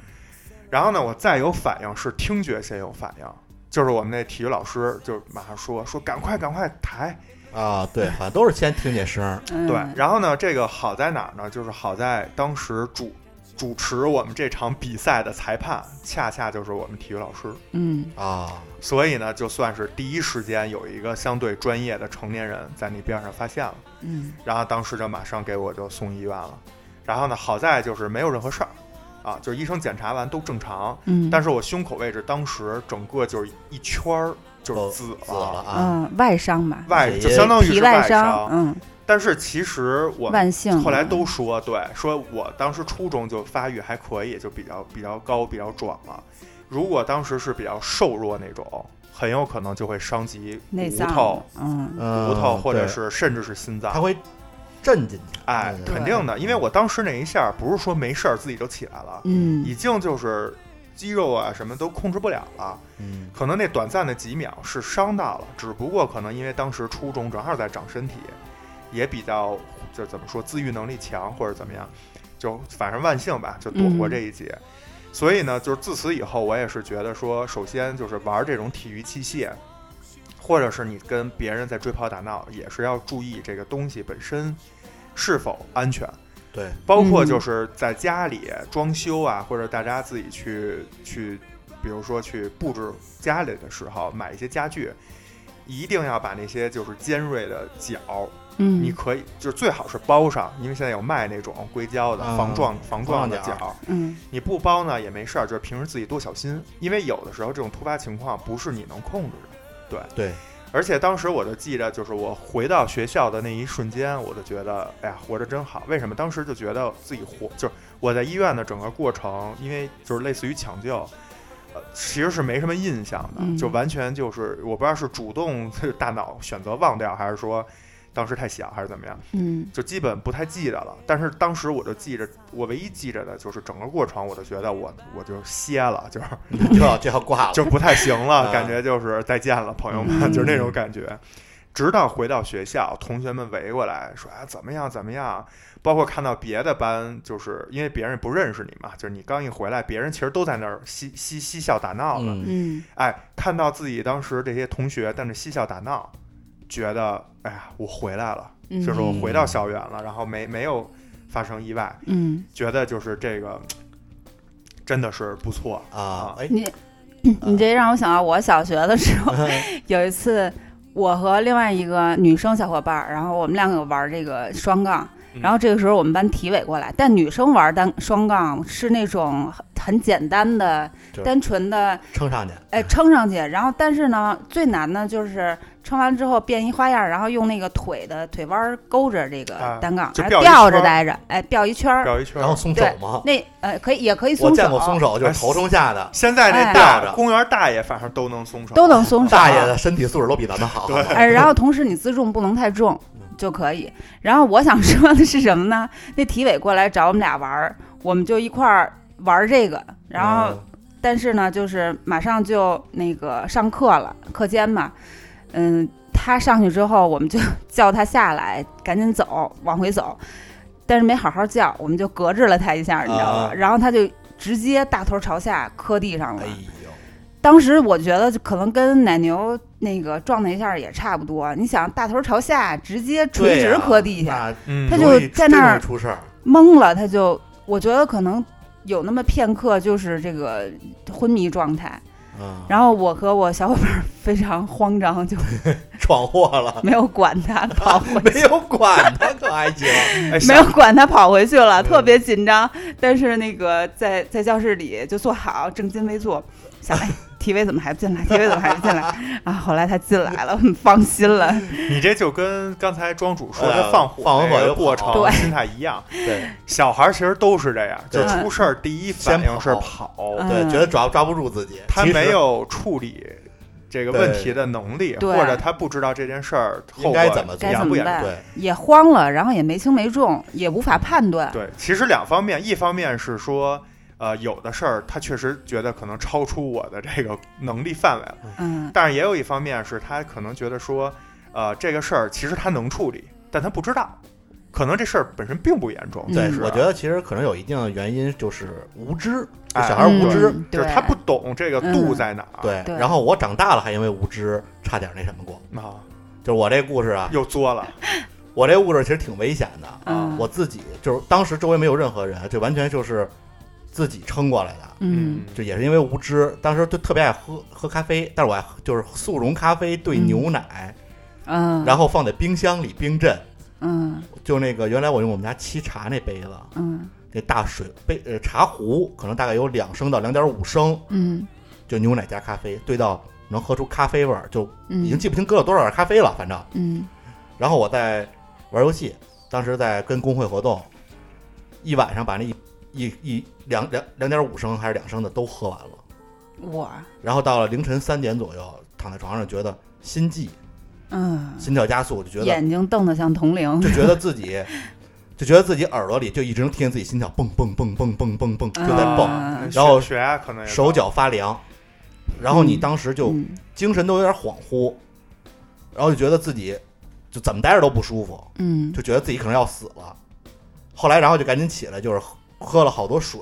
然后呢，我再有反应是听觉先有反应，就是我们那体育老师就马上说说赶快赶快抬，啊，对，好像都是先听见声儿，嗯对。然后呢，这个好在哪儿呢？就是好在当时主主持我们这场比赛的裁判恰恰就是我们体育老师，嗯啊，所以呢，就算是第一时间有一个相对专业的成年人在你边上发现了。嗯然后当时就马上给我就送医院了。然后呢，好在就是没有任何事儿，啊，就是医生检查完都正常。嗯，但是是我胸口位置当时整个就是一圈儿就是紫死哦了啊，嗯，外伤嘛，外血就液相当于皮是外伤，嗯，但是其实我万幸的后来都说，对，说我当时初中就发育还可以，就比较比较高，比较壮了。如果当时是比较瘦弱那种，很有可能就会伤及内骨脏头、，嗯嗯骨头或者对是甚至是心脏它。会震进去，哎，对肯定的，因为我当时那一下不是说没事儿自己就起来了，已嗯经就是肌肉啊什么都控制不了了，嗯，可能那短暂的几秒是伤到了，只不过可能因为当时初中正好在长身体，也比较就怎么说自愈能力强或者怎么样，就反正万幸吧，就躲过这一劫。所以呢，就是自此以后，我也是觉得说，首先就是玩这种体育器械，或者是你跟别人在追跑打闹，也是要注意这个东西本身是否安全。对，包括嗯就是在家里装修啊，或者大家自己去去，比如说去布置家里的时候，买一些家具，一定要把那些就是尖锐的角，嗯，你可以就是最好是包上，因为现在有卖那种硅胶的啊防撞防撞的防撞角，嗯你不包呢也没事儿，就是平时自己多小心，因为有的时候这种突发情况不是你能控制的。对，而且当时我就记着，就是我回到学校的那一瞬间，我就觉得，哎呀，活着真好。为什么？当时就觉得自己活，就是我在医院的整个过程，因为就是类似于抢救，呃，其实是没什么印象的，嗯就完全就是我不知道是主动大脑选择忘掉，还是说当时太小，还是怎么样，嗯就基本不太记得了。但是当时我就记着，我唯一记着的就是整个过程，我就觉得我我就歇了，就是就嗯要就要挂了，就不太行了，啊感觉就是再见了，朋友嗯们， 就是那种感觉。直到回到学校，同学们围过来说啊，怎么样怎么样？包括看到别的班，就是因为别人不认识你嘛，就是你刚一回来，别人其实都在那儿嬉嬉嬉笑打闹呢。嗯，嗯哎，看到自己当时这些同学在那嬉笑打闹，觉得哎呀，我回来了，嗯，就是我回到校园了，然后没没有发生意外，嗯，觉得就是这个真的是不错。啊，哎，你你这让我想到我小学的时候， 有一次，我和另外一个女生小伙伴儿，然后我们两个玩这个双杠，嗯然后这个时候我们班体委过来，但女生玩单双杠是那种很很简单的就、是单纯的， 撑上去，哎，撑上去。然后但是呢，最难的就是撑完之后变一花样儿，然后用那个腿的腿弯儿勾着这个啊单杠，就然吊后一圈吊儿着待着，哎，吊一圈儿。绕一圈儿，然后松手对嘛，那呃，可以也可以松我手，啊见过松手，就是头冲下的，现在那哎大、吊着公园大爷，反正都能松手，都能松手。啊大爷的身体素质都比咱们好， 对哎，然后同时你自重不能太重嗯就可以。然后我想说的是什么呢？那体委过来找我们俩玩儿，我们就一块儿玩儿这个。 然后，哦嗯但是呢，就是马上就那个上课了，课间嘛，嗯，他上去之后，我们就 叫他下来，赶紧走，往回走。但是没好好叫，我们就隔着了他一下，你知道吗？啊然后他就直接大头朝下磕地上了。哎呦，当时我觉得就可能跟奶牛那个撞那一下也差不多。你想，大头朝下，直接垂直磕地下，下，嗯，他那就容易在那儿真容易出事儿，懵了，他就我觉得可能有那么片刻就是这个昏迷状态。嗯，然后我和我小伙伴儿非常慌张，就闯祸了， 没有管他，跑回没有管他可还行，哎，没想有管他跑回去了，特别紧张。但是那个在在教室里就坐好，正襟危坐，想哎。 体委怎么还不进来？体委怎么还不进来啊？后来他进来了，我们放心了。你这就跟刚才庄主说的呃放火放完火那个就过跑程对心态一样，对小孩儿其实都是这样，就对出事儿第一反应是跑，嗯对，觉得抓抓不住自己，他其实没有处理这个问题的能力，对或者他不知道这件事儿应后果该怎么做该，怎不么严办？对，也慌了，然后也没轻没重，也无法判断。对，其实两方面，一方面是说，呃，有的事儿他确实觉得可能超出我的这个能力范围了。啊嗯，但是也有一方面是他可能觉得说，呃，这个事儿其实他能处理，但他不知道，可能这事儿本身并不严重。嗯对其，实我觉得其实可能有一定的原因，就是无知，就哎小孩无知，嗯就是对他不懂这个度嗯在哪儿。对对。然后我长大了还因为无知差点那什么过，啊，就是我这故事啊，又作了。我这故事其实挺危险的，嗯，我自己就是当时周围没有任何人，就完全就是自己撑过来的。嗯就也是因为无知，当时就特别爱喝喝咖啡，但是我爱喝就是速溶咖啡兑牛奶，嗯，然后后放在冰箱里冰镇。嗯就那个原来我用我们家沏茶那杯子，嗯那大水杯呃茶壶，可能大概有两升到两点五升，嗯就牛奶加咖啡兑到能喝出咖啡味儿，就已经嗯记不清搁了多少点咖啡了，反正。嗯然后我在玩游戏，当时在跟工会活动，一晚上把那一一一两两两点五升还是两升的都喝完了。我然后到了凌晨三点左右，躺在床上觉得心悸、嗯，心跳加速，就觉 得眼睛瞪得像铜铃就，觉得自己 就觉得自己耳朵里就一直能听见自己心跳蹦蹦蹦蹦蹦蹦蹦就在蹦，啊嗯然后血压可能也手脚发凉，然后你嗯当时就嗯精神都有点恍惚，然后就觉得自己就怎么待着都不舒服，嗯就觉得自己可能要死了。后来，然后就赶紧起来，就是喝喝了好多水，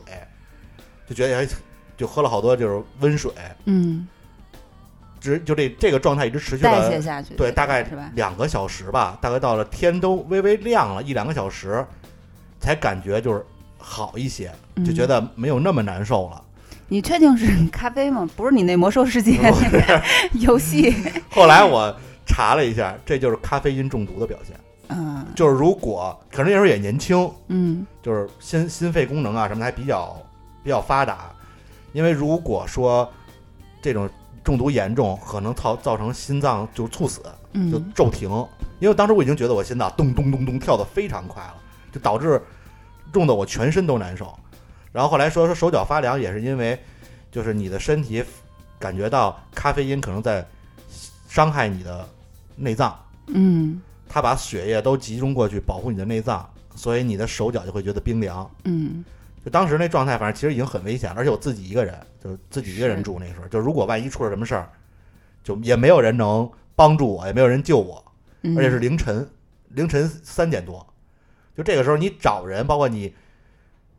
就觉得哎，就喝了好多就是温水，嗯，直就这这个状态一直持续代谢了下去，对大概是吧？两个小时吧，大概到了天都微微亮了一两个小时，才感觉就是好一些，就觉得得没有那么难受了。你嗯哦 确定是咖啡吗？不是你那魔兽世界那个游戏？后来我查了一下，这就是咖啡因中毒的表现。嗯就是如果可能那时候也年轻，嗯就是心心肺功能啊什么的还比较比较发达，因为如果说这种中毒严重，可能造造成心脏就是猝死，就嗯骤停。因为当时我已经觉得我心脏咚咚咚咚跳得非常快了，就导致重的我全身都难受。然后后来说说手脚发凉也是因为，就是你的身体感觉到咖啡因可能在伤害你的内脏，嗯它把血液都集中过去保护你的内脏，所以你的手脚就会觉得冰凉。嗯就当时那状态，反正其实已经很危险了，而且我自己一个人，就是自己一个人住那时候，就如果万一出了什么事儿，就也没有人能帮助我，也没有人救我，嗯，而且是凌晨，凌晨三点多，就这个时候你找人，包括你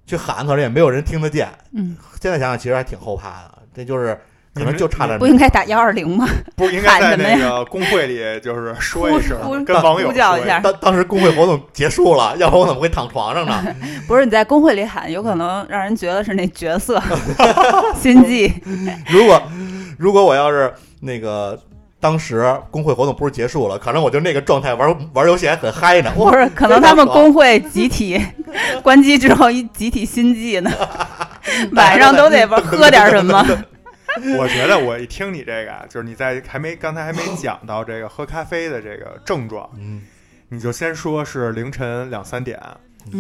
去喊，可能也没有人听得见。嗯，现在想想其实还挺后怕的，这就是可能就差点不应该打幺二零吗？ 不是应该喊在什么呀那个工会里 就是说一声呼呼，跟网友呼叫一下说当当时工会活动结束了，要不然我怎么会躺床上呢？不是你在工会里喊，有可能让人觉得是那角 色心计。如果如果我要是那个当时工会活动不是结束了，可能我就那个状态玩玩游戏还很嗨呢。不我是，可能他们工会集 体关机之后一集体心计呢，嗯 晚上都得玩喝点什么。我觉得我一听你这个，啊就是你在还没刚才还没讲到这个喝咖啡的这个症状，嗯，你就先说是凌晨两三点，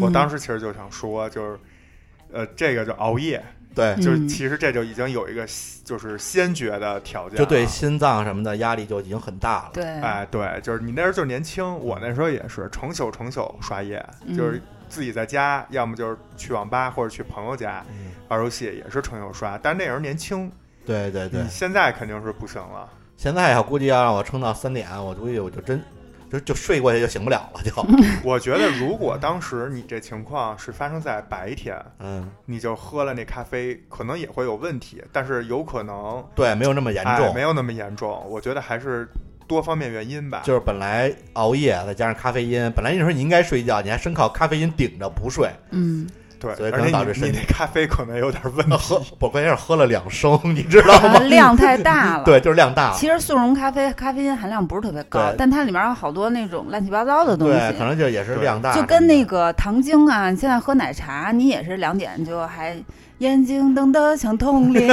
我当时其实就想说，就是呃，这个就熬夜，对，就是嗯其实这就已经有一个就是先决的条件了，就对心脏什么的压力就已经很大 了。对，哎，对，就是你那时候就是年轻，我那时候也是成宿成宿刷夜，就是自己在家，要么就是去网吧或者去朋友家嗯玩游戏，也是成宿刷。但那时候年轻，对对对你，现在肯定是不行了。现在要估计要让我撑到三点，我估计我就真就就睡过去就醒不了了， 就我觉得如果当时你这情况是发生在白天，嗯，你就喝了那咖啡，可能也会有问题，但是有可能对，没有那么严哎重没，有那么严重。我觉得还是多方面原因吧。就是本来熬夜再加上咖啡因，本来你说你应该睡觉，你还生靠咖啡因顶着不 睡，嗯，对所以，可而能且导致你身你体那咖啡可能有点问题。呃喝我关键是喝了两升，你知道吗？ 量太大了。对，就是量大了。其实速溶咖啡咖啡因含量不是特别高对，但它里面有好多那种乱七八糟的东对，西，可能就也是对量大什就么的，跟那个糖精啊，你现在喝奶茶，你也是两点就还眼睛瞪得像铜 铃，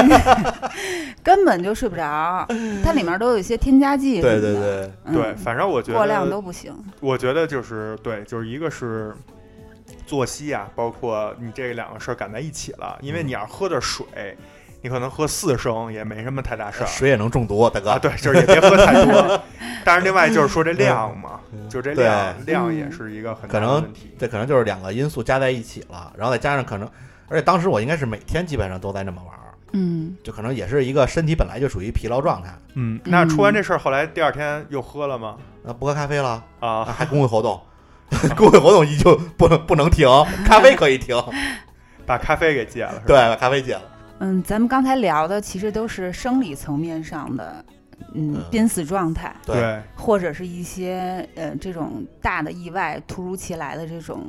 根本就睡不着。它里面都有一些添加剂什么的，对对对，嗯对，反正我觉得过量都不行。我觉得就是对，就是一个是作息啊，包括你这两个事儿赶在一起了，因为你要是喝的水，你可能喝四升也没什么太大事儿。水也能中毒，大哥。啊，对，就是也别喝太多。但是另外就是说这量嘛，就这量对量也是一个嗯很啊可大的能问题。这可能就是两个因素加在一起了，然后再加上可能，而且当时我应该是每天基本上都在那么玩儿，嗯，就可能也是一个身体本来就属于疲劳状态，嗯，嗯那出完这事儿，后来第二天又喝了吗？那不喝咖啡了，啊啊，还工会活动， 工会活动依旧不能不能停，咖啡可 以停，把咖啡给戒了，是吧？对，把咖啡戒了，嗯，咱们刚才聊的其实都是生理层面上的，嗯嗯，濒死状态，对对或者是一些呃这种大的意外、突如其来的这种。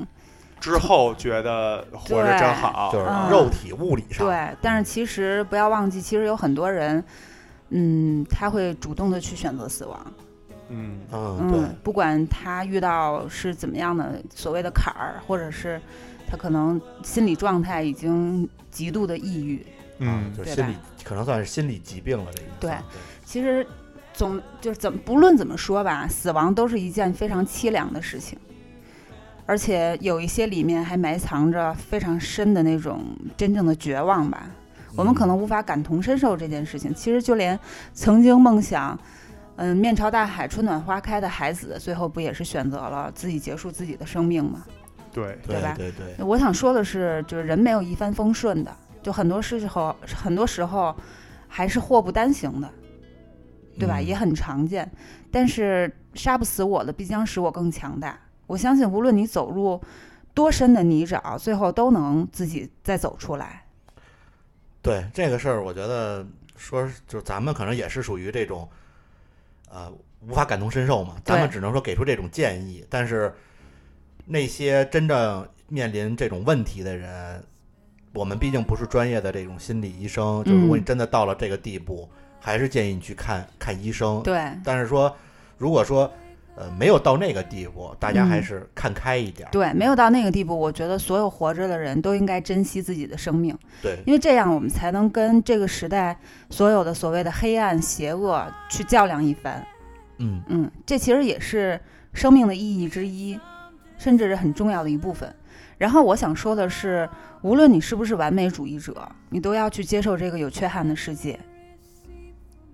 之后觉得活着真好，就是嗯肉体物理上，对，但是其实不要忘记，其实有很多人，嗯，他会主动的去选择死亡。嗯，嗯，对嗯，，不管他遇到是怎么样的所谓的坎儿，或者是他可能心理状态已经极度的抑郁，嗯就是对心吧理可能算是心理疾病了，这已经对算其实总就是怎么不论怎么说吧，死亡都是一件非常凄凉的事情，而且有一些里面还埋藏着非常深的那种真正的绝望吧。我们可能无法感同身受这件事情。其实就连曾经梦想，嗯，面朝大海、春暖花开的孩子，最后不也是选择了自己结束自己的生命吗？对，对吧对对对，我想说的是，就是人没有一帆风顺的，就很多时候，很多时候还是祸不单行的，对吧？嗯也很常见。但是杀不死我的，必将使我更强大。我相信，无论你走入多深的泥沼，最后都能自己再走出来。对这个事儿，我觉得说就是咱们可能也是属于这种，呃，无法感同身受嘛，咱们对只能说给出这种建议。但是那些真正面临这种问题的人，我们毕竟不是专业的这种心理医生，就如果你嗯真的到了这个地步，还是建议你去看看医生。对，但是说如果说呃没有到那个地步，大家嗯还是看开一点儿。对，没有到那个地步，我觉得所有活着的人都应该珍惜自己的生命，对因为这样我们才能跟这个时代所有的所谓的黑暗、邪恶去较量一番。嗯，嗯，这其实也是生命的意义之一，甚至是很重要的一部分。然后我想说的是，无论你是不是完美主义者，你都要去接受这个有缺憾的世界，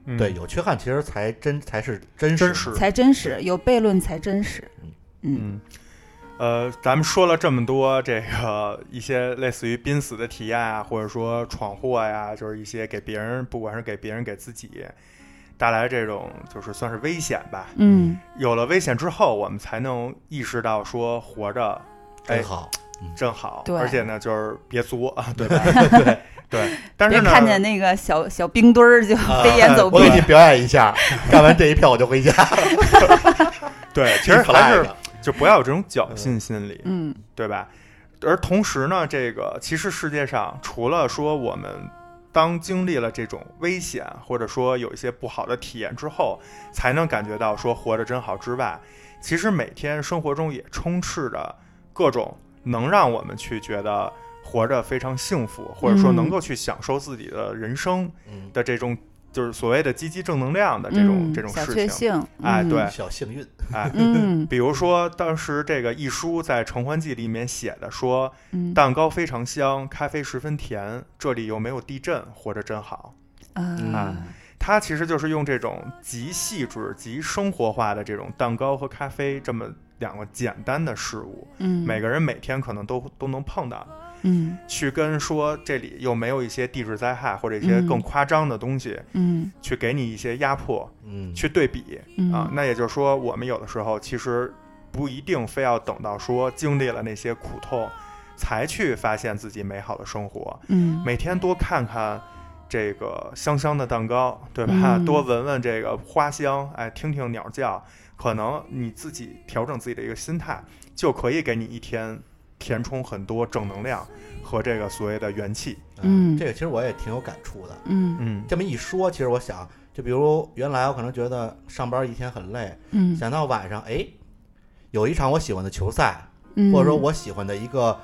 嗯对，有缺憾其实才真才是真真实实的。才真实；有悖论才真实。嗯，嗯，呃，咱们说了这么多这个一些类似于濒死的体验啊，或者说闯祸呀、就是一些给别人，不管是给别人给自己带来这种就是算是危险吧。嗯，有了危险之后，我们才能意识到说活着，哎真，好，真好。对而且呢，就是别作 啊，对对吧？吧？对。但别是呢，看见那个小小冰墩儿就 飞檐走呃啊我壁。给你表演一 下，干完这一票我就回家。对，其实挺可爱还是的就不要有这种侥幸心理。嗯对吧？而同时呢，这个其实世界上除了说我们当经历了这种危险，或者说有一些不好的体验之后，才能感觉到说活着真好之外，其实每天生活中也充斥着各种能让我们去觉得活着非常幸福，或者说嗯能够去享受自己的人生嗯，的这种，就是所谓的积极正能量的这种、嗯这种小事确情。幸。哎嗯对小幸运，哎， 嗯比如说当时这个一书在《承欢记》里面写的说，嗯蛋糕非常香，咖啡十分甜，这里又没有地震，活着真好。啊啊它其实就是用这种极细致、极生活化的这种蛋糕和咖啡这么两个简单的事物，嗯，每个人每天可能都都能碰到，嗯去跟说这里又没有一些地质灾害或者一些更夸张的东西，嗯去给你一些压迫，嗯，去对比嗯啊。那也就是说，我们有的时候其实不一定非要等到说经历了那些苦痛，才去发现自己美好的生活。嗯每天多看看这个香香的蛋糕，对吧？嗯 多闻闻这个花香，哎，听听鸟叫，可能你自己调整自己的一个心态，就可以给你一天填充很多正能量和这个所谓的元气。嗯这个其实我也挺有感触的。嗯嗯，这么一说，其实我想，就比如原来我可能觉得上班一天很累，嗯想到晚上，哎，有一场我喜欢的球赛，嗯，或者说我喜欢的一个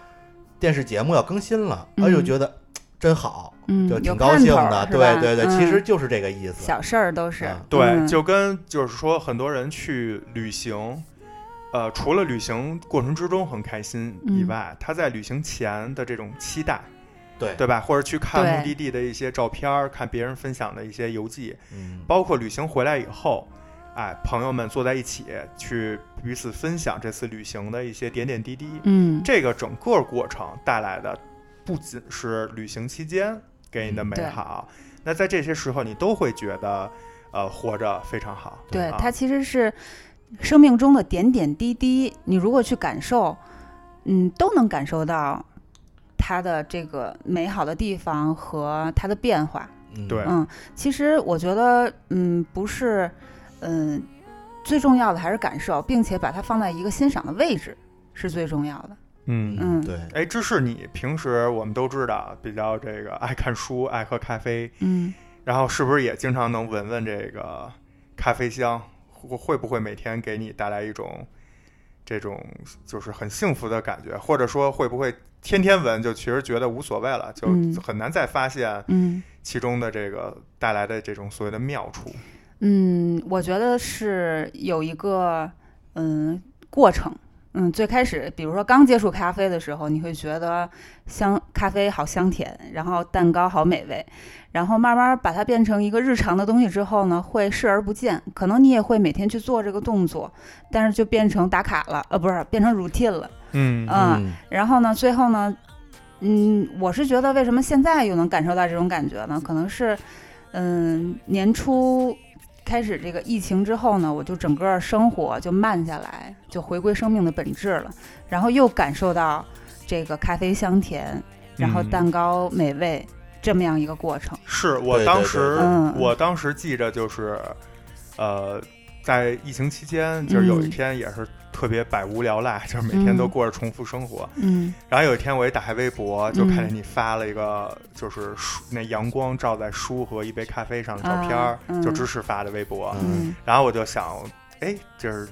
电视节目要更新了，嗯哎，就觉得嘖真好，嗯就有挺高盼兴头的。是吧对对对，嗯其实就是这个意思。小事儿都是啊对，嗯就跟就是说，很多人去旅行。呃，除了旅行过程之中很开心以嗯外，他在旅行前的这种期待，对，对吧？或者去看目对的地的一些照片儿，看别人分享的一些游记，嗯，包括旅行回来以后，哎，朋友们坐在一起去彼此分享这次旅行的一些点点滴滴。嗯这个整个过程带来的不仅是旅行期间给你的美好，嗯那在这些时候你都会觉得，呃，活着非常好。对啊，它其实是生命中的点点滴滴，你如果去感受，嗯，都能感受到它的这个美好的地方和它的变化。嗯对嗯，其实我觉得，嗯，不是，嗯，最重要的还是感受，并且把它放在一个欣赏的位置是最重要的。嗯。嗯嗯对，哎，芝士，你平时我们都知道比较这个爱看书、爱喝咖啡，嗯，然后是不是也经常能闻闻这个咖啡香？会会不会每天给你带来一种这种就是很幸福的感觉？或者说会不会天天闻就其实觉得无所谓了，就嗯很难再发现嗯其中的这个带来的这种所谓的妙处？嗯，我觉得是有一个嗯过程。嗯，最开始，比如说刚接触咖啡的时候，你会觉得香咖啡好香甜，然后蛋糕好美味，然后慢慢把它变成一个日常的东西之后呢，会视而不见。可能你也会每天去做这个动作，但是就变成打卡了，呃，不是变成 routine 了。嗯嗯然后呢，最后呢，嗯，我是觉得为什么现在又能感受到这种感觉呢？可能是，嗯，年初开始这个疫情之后呢，我就整个生活就慢下来，就回归生命的本质了，然后又感受到这个咖啡香甜，然后嗯蛋糕美味、这么样一个过程。是我对对当对时嗯我当时记着就是，呃，在疫情期间，就是有一嗯天也是特别百无聊赖， 就是每天都嗯过着重复生活。嗯然后有一天我一打开微博，就嗯看见你发了一个，就是书那阳光照在书和一杯咖啡上的照片儿啊，嗯就芝士发的微博。嗯然后我就想哎，这是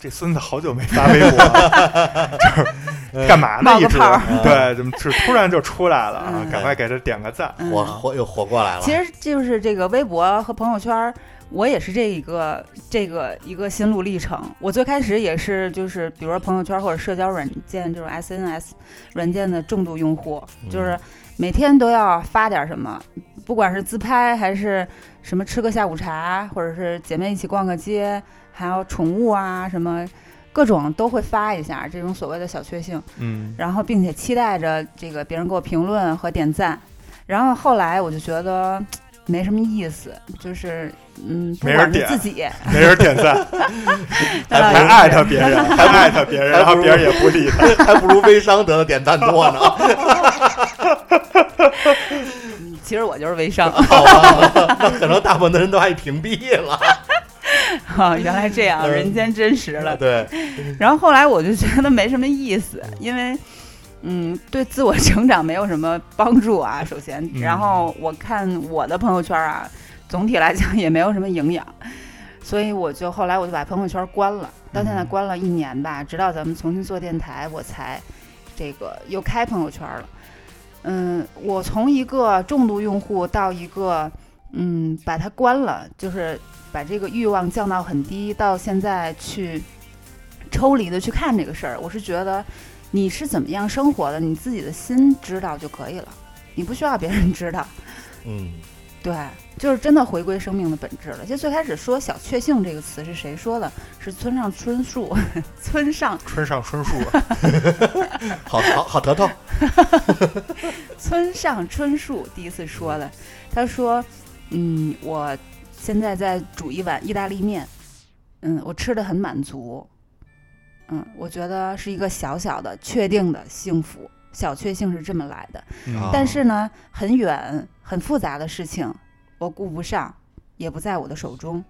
这孙子好久没发微博了，嗯就是干嘛呢？冒一个直泡啊儿对，怎么是突然就出来了啊？嗯赶快给他点个赞。嗯我活哎又活过来了。其实就是这个微博和朋友圈儿，我也是这一个这个一个心路历程。我最开始也是就是，比如说朋友圈或者社交软件这种 SNS 软件的重度用户，嗯就是每天都要发点什么，不管是自拍还是什么吃个下午茶，或者是姐妹一起逛个街，还有宠物啊什么。各种都会发一下这种所谓的小确幸，嗯然后并且期待着这个别人给我评论和点赞。然后后来我就觉得嘖没什么意思，就是嗯，不没人管是点自己， 没人点赞，还呃还艾特别人，还艾特别人，然后别人也不理他。 还不如微商得的点赞多呢。 其实我就是微商， 好吧， 那可能大部分的人都爱屏蔽了。哈，原来这样，嗯人间真实了。对，嗯然后后来我就觉得没什么意思，因为。嗯，对自我成长没有什么帮助啊。首先，嗯然后我看我的朋友圈啊，总体来讲也没有什么营养，所以我就后来我就把朋友圈关了，到现在关了一年吧，直到咱们重新做电台，我才这个又开朋友圈了。嗯，我从一个重度用户到一个嗯把它关了，就是把这个欲望降到很低，到现在去抽离的去看这个事儿，我是觉得你是怎么样生活的，你自己的心知道就可以了，你不需要别人知道。嗯，对，就是真的回归生命的本质了。其实最开始说“小确幸”这个词是谁说的？是村上春树， 村上 村上春树，啊好好好，头头，村上春树第一次说的。他说：“嗯，我现在在煮一碗意大利面，嗯，我吃的很满足，嗯，我觉得是一个小小的确定的幸福，小确幸是这么来的。”嗯但是呢，很远、很复杂的事情，我顾不上，也不在我的手中。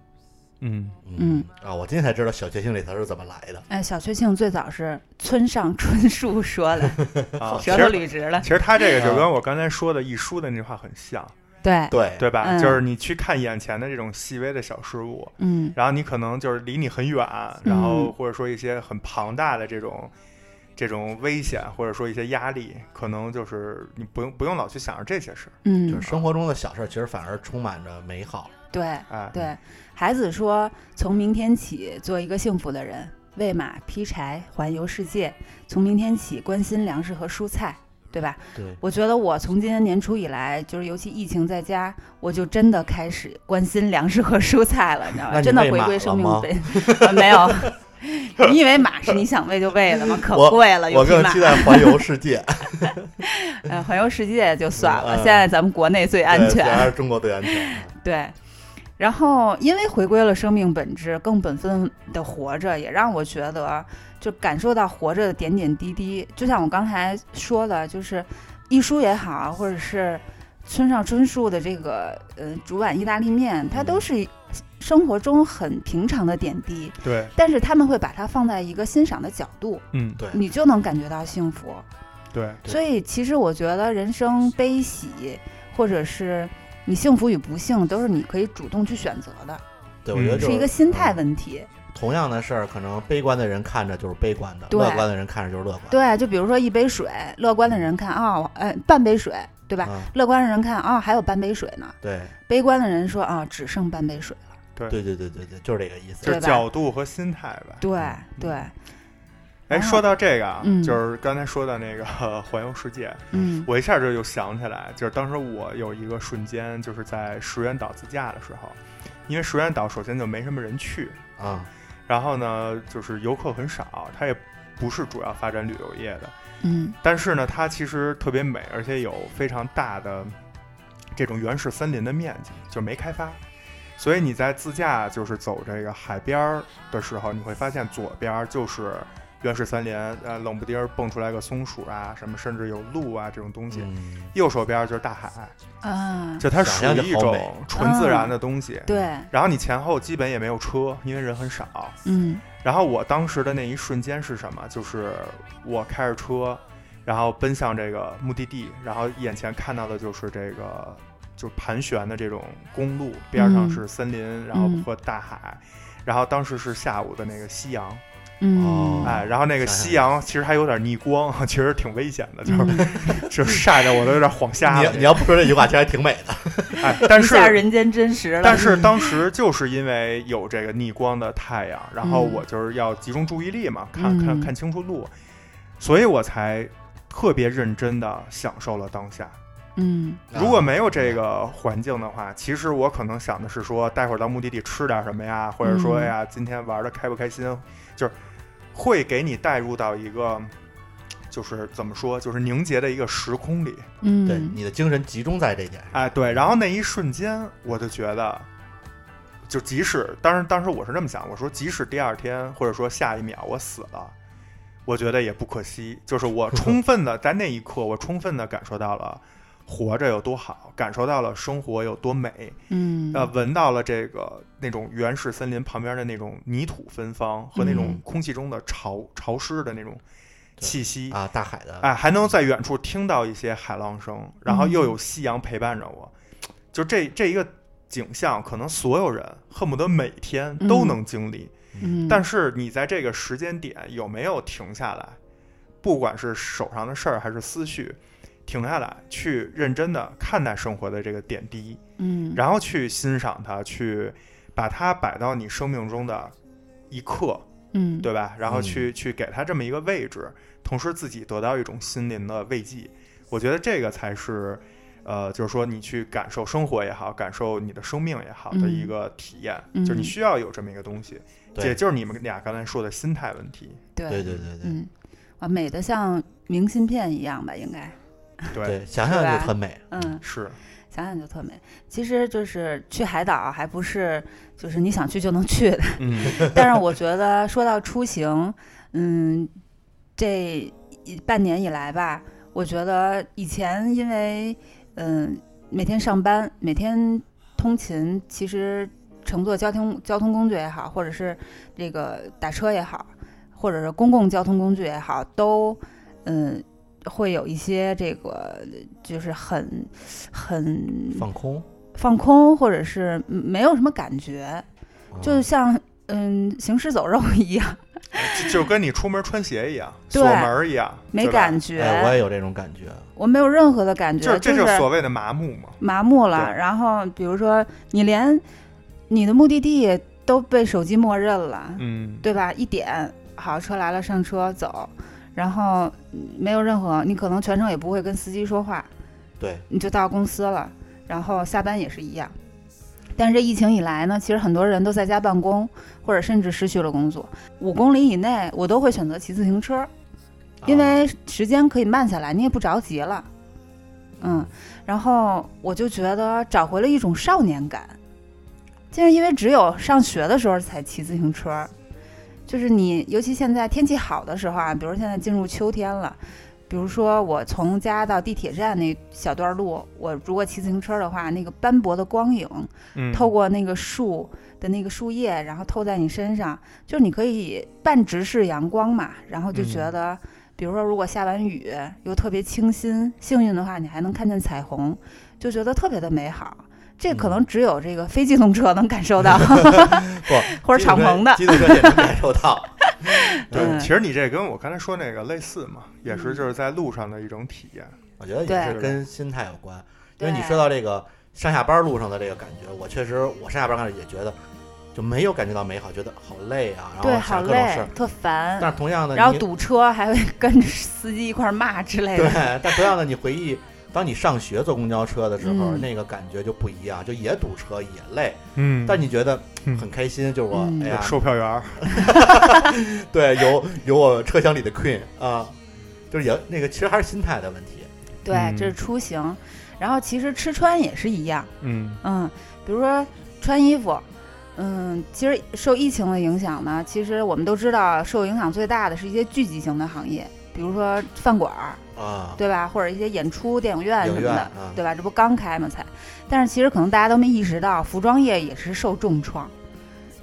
嗯，嗯啊，我今天才知道“小确幸”这词儿是怎么来的。哎，小确幸最早是村上春树说的，哦啊，其舌头实捋直了其。实他这个就啊跟我刚才说的一书的那句话很像，对，对，对吧？嗯就是你去看眼前的这种细微的小事物，嗯，然后你可能就是离你很远，然后或者说一些很庞大的这种这种危险，或者说一些压力，可能就是你不用不用老去想着这些事儿，就嗯是，生活中的小事儿，其实反而充满着美好。对哎，对。孩子说，从明天起做一个幸福的人，喂马、劈柴、环游世界。从明天起关心粮食和蔬菜，对吧？对，我觉得我从今年年初以来，就是尤其疫情在家，我就真的开始关心粮食和蔬菜了，你知道那吧？你真的喂回马归了生命吗本、 呃没 有。你以为马是你想喂就喂的吗？可我贵了，呃有我匹更马期。待环游 世界，呃，环游世界就算了，嗯现在咱们国内最安对全。还是中国最安全。啊对，然后因为回归了生命本质，更本分的活着，也让我觉得就感受到活着的点点滴滴。就像我刚才说的，就是一书也好，或者是村上春树的这个呃煮碗意大利面，它都是生活中很平常的点滴，对，但是他们会把它放在一个欣赏的角度，嗯，对，你就能感觉到幸福。对，对所以其实我觉得人生悲喜，或者是你幸福与不幸，都是你可以主动去选择的，对，我嗯觉得嗯就是一个心态问题。同样的事儿，可能悲观的人看着就是悲观的，对乐观的人看着就是乐观的。对，就比如说一杯水，乐观的人看啊，我哎，半杯水，对吧？嗯，乐观的人看啊，还有半杯水呢。对，悲观的人说啊，只剩半杯水了。对对对对对，就是这个意思就对。是吧角度和心态吧。对对，哎，然后说到这个啊，嗯就是刚才说的那个呃环游世界，嗯我一下就就想起来，就是当时我有一个瞬间，就是在石原岛自驾的时候，因为石原岛首先就没什么人去，啊，然后呢，就是游客很少，它也不是主要发展旅游业的，嗯但是呢，它其实特别美，而且有非常大的这种原始森林的面积，就没开发。所以你在自驾就是走这个海边儿的时候，你会发现左边儿就是原始森林，呃，冷不丁儿蹦出来个松鼠啊，什么甚至有鹿啊这种东西。嗯，右手边儿就是大海，啊，就它属想象就于一好种美纯自然的东西。嗯对，然后你前后基本也没有车，因为人很少。嗯然后我当时的那一瞬间是什么？就是我开着车，然后奔向这个目的地，然后眼前看到的就是这个就盘旋的这种公路，边上是森林，然后和大海，然后当时是下午的那个夕阳，嗯哦，哎，然后那个晒晒夕阳其实还有点逆光， 其实挺危险的，就是、嗯就是晒得我都有点晃瞎你了要。你要不说这句话，其实还挺美的。哎，但一下是人间真实了。但是当时就是因为有这个逆光的太阳，然后我就是要集中注意力嘛，看看嗯看清楚路，所以我才特别认真的享受了当下。嗯啊如果没有这个环境的话，其实我可能想的是说，待会儿到目的地吃点什么呀，或者说嗯哎呀，今天玩的开不开心，就是会给你带入到一个，就是怎么说，就是凝结的一个时空里。嗯，对你的精神集中在这点上，哎，对，然后那一瞬间，我就觉得，就即使当时当时我是这么想，我说即使第二天或者说下一秒我死了，我觉得也不可惜，就是我充分的在那一刻，我充分的感受到了活着有多好，感受到了生活有多美，嗯呃，闻到了这个那种原始森林旁边的那种泥土芬芳和那种嗯空气中的潮潮湿的那种气息啊，大海的，哎，还能在远处听到一些海浪声，然后嗯又有夕阳陪伴着我，就这这一个景象，可能所有人恨不得每天都能经历，嗯，但是是你在这个时间点有没有停下来，不管是手上的事儿还是思绪，停下来去认真的看待生活的这个点滴，嗯，然后去欣赏它，去把它摆到你生命中的一刻，嗯对吧？然后去、去给他这么一个位置，同时自己得到一种心灵的慰藉。我觉得这个才是，呃，就是说你去感受生活也好，感受你的生命也好的嗯一个体验，嗯就是你需要有这么一个东西，对也就是你们俩刚才说的心态问题。对对对对对嗯，哇，美的像明信片一样吧，应该，对，对，想想就很美。嗯，是，想想就特美。其实就是去海岛，还不是就是你想去就能去的。嗯，但是我觉得说到出行，嗯，这一半年以来吧，我觉得以前因为嗯每天上班，每天通勤，其实乘坐交通交通工具也好，或者是这个打车也好，或者是公共交通工具也好，都嗯。会有一些这个，就是很很放空，放空，或者是没有什么感觉，就像嗯行尸走肉 一样， 就就跟你出门穿鞋一样，对锁门儿一样，没对吧感觉，哎，我也有这种感觉。我没有任何的感觉，就是这就就是是所谓的麻木嘛。麻木了。对然后比如说，你连你的目的地都被手机默认了，嗯，对吧？一点好，车来了，上车走，然后嗯没有任何，你可能全程也不会跟司机说话，对，你就到公司了，然后下班也是一样。但是这疫情以来呢，其实很多人都在家办公，或者甚至失去了工作。五公里以内，我都会选择骑自行车，啊因为时间可以慢下来，你也不着急了。嗯，然后我就觉得找回了一种少年感，就是因为只有上学的时候才骑自行车，就是你，尤其现在天气好的时候啊，比如现在进入秋天了，比如说我从家到地铁站那小段路，我如果骑自行车的话，那个斑驳的光影嗯，透过那个树的那个树叶，然后透在你身上，就是你可以半直视阳光嘛，然后就嗯觉得，比如说如果下完雨又特别清新，幸运的话你还能看见彩虹，就觉得特别的美好。这可嗯能只有这个非机动车能感受 到，或者敞篷的，机动车也能感受到。 对，嗯其实你这跟我刚才说那个类似嘛，也是就是在路上的一种体验。我觉得也对是跟心态有关，因对为你说到这个上下班路上的这个感觉，我确实我上下班开始也觉得就没有感觉到美好，觉得好累啊，然对，后好想各种事累儿。，特烦。但是同样的，然后你堵车还会跟着司机一块儿骂之类对的。，但同样的，你回忆当你上学坐公交车的时候，嗯那个感觉就不一样，就也堵车也累，嗯但你觉得嗯很开心，就是我、嗯哎呀，售票员儿，对，有有我车厢里的 Queen 啊，就是也那个其实还是心态的问题。对，嗯这是出行。然后其实吃穿也是一样，嗯嗯，比如说穿衣服，嗯，其实受疫情的影响呢，其实我们都知道，受影响最大的是一些聚集型的行业，比如说饭馆儿，啊，对吧？或者一些演出、电影院什影么院的，啊，对吧？这不刚开嘛才，但是其实可能大家都没意识到，服装业也是受重创。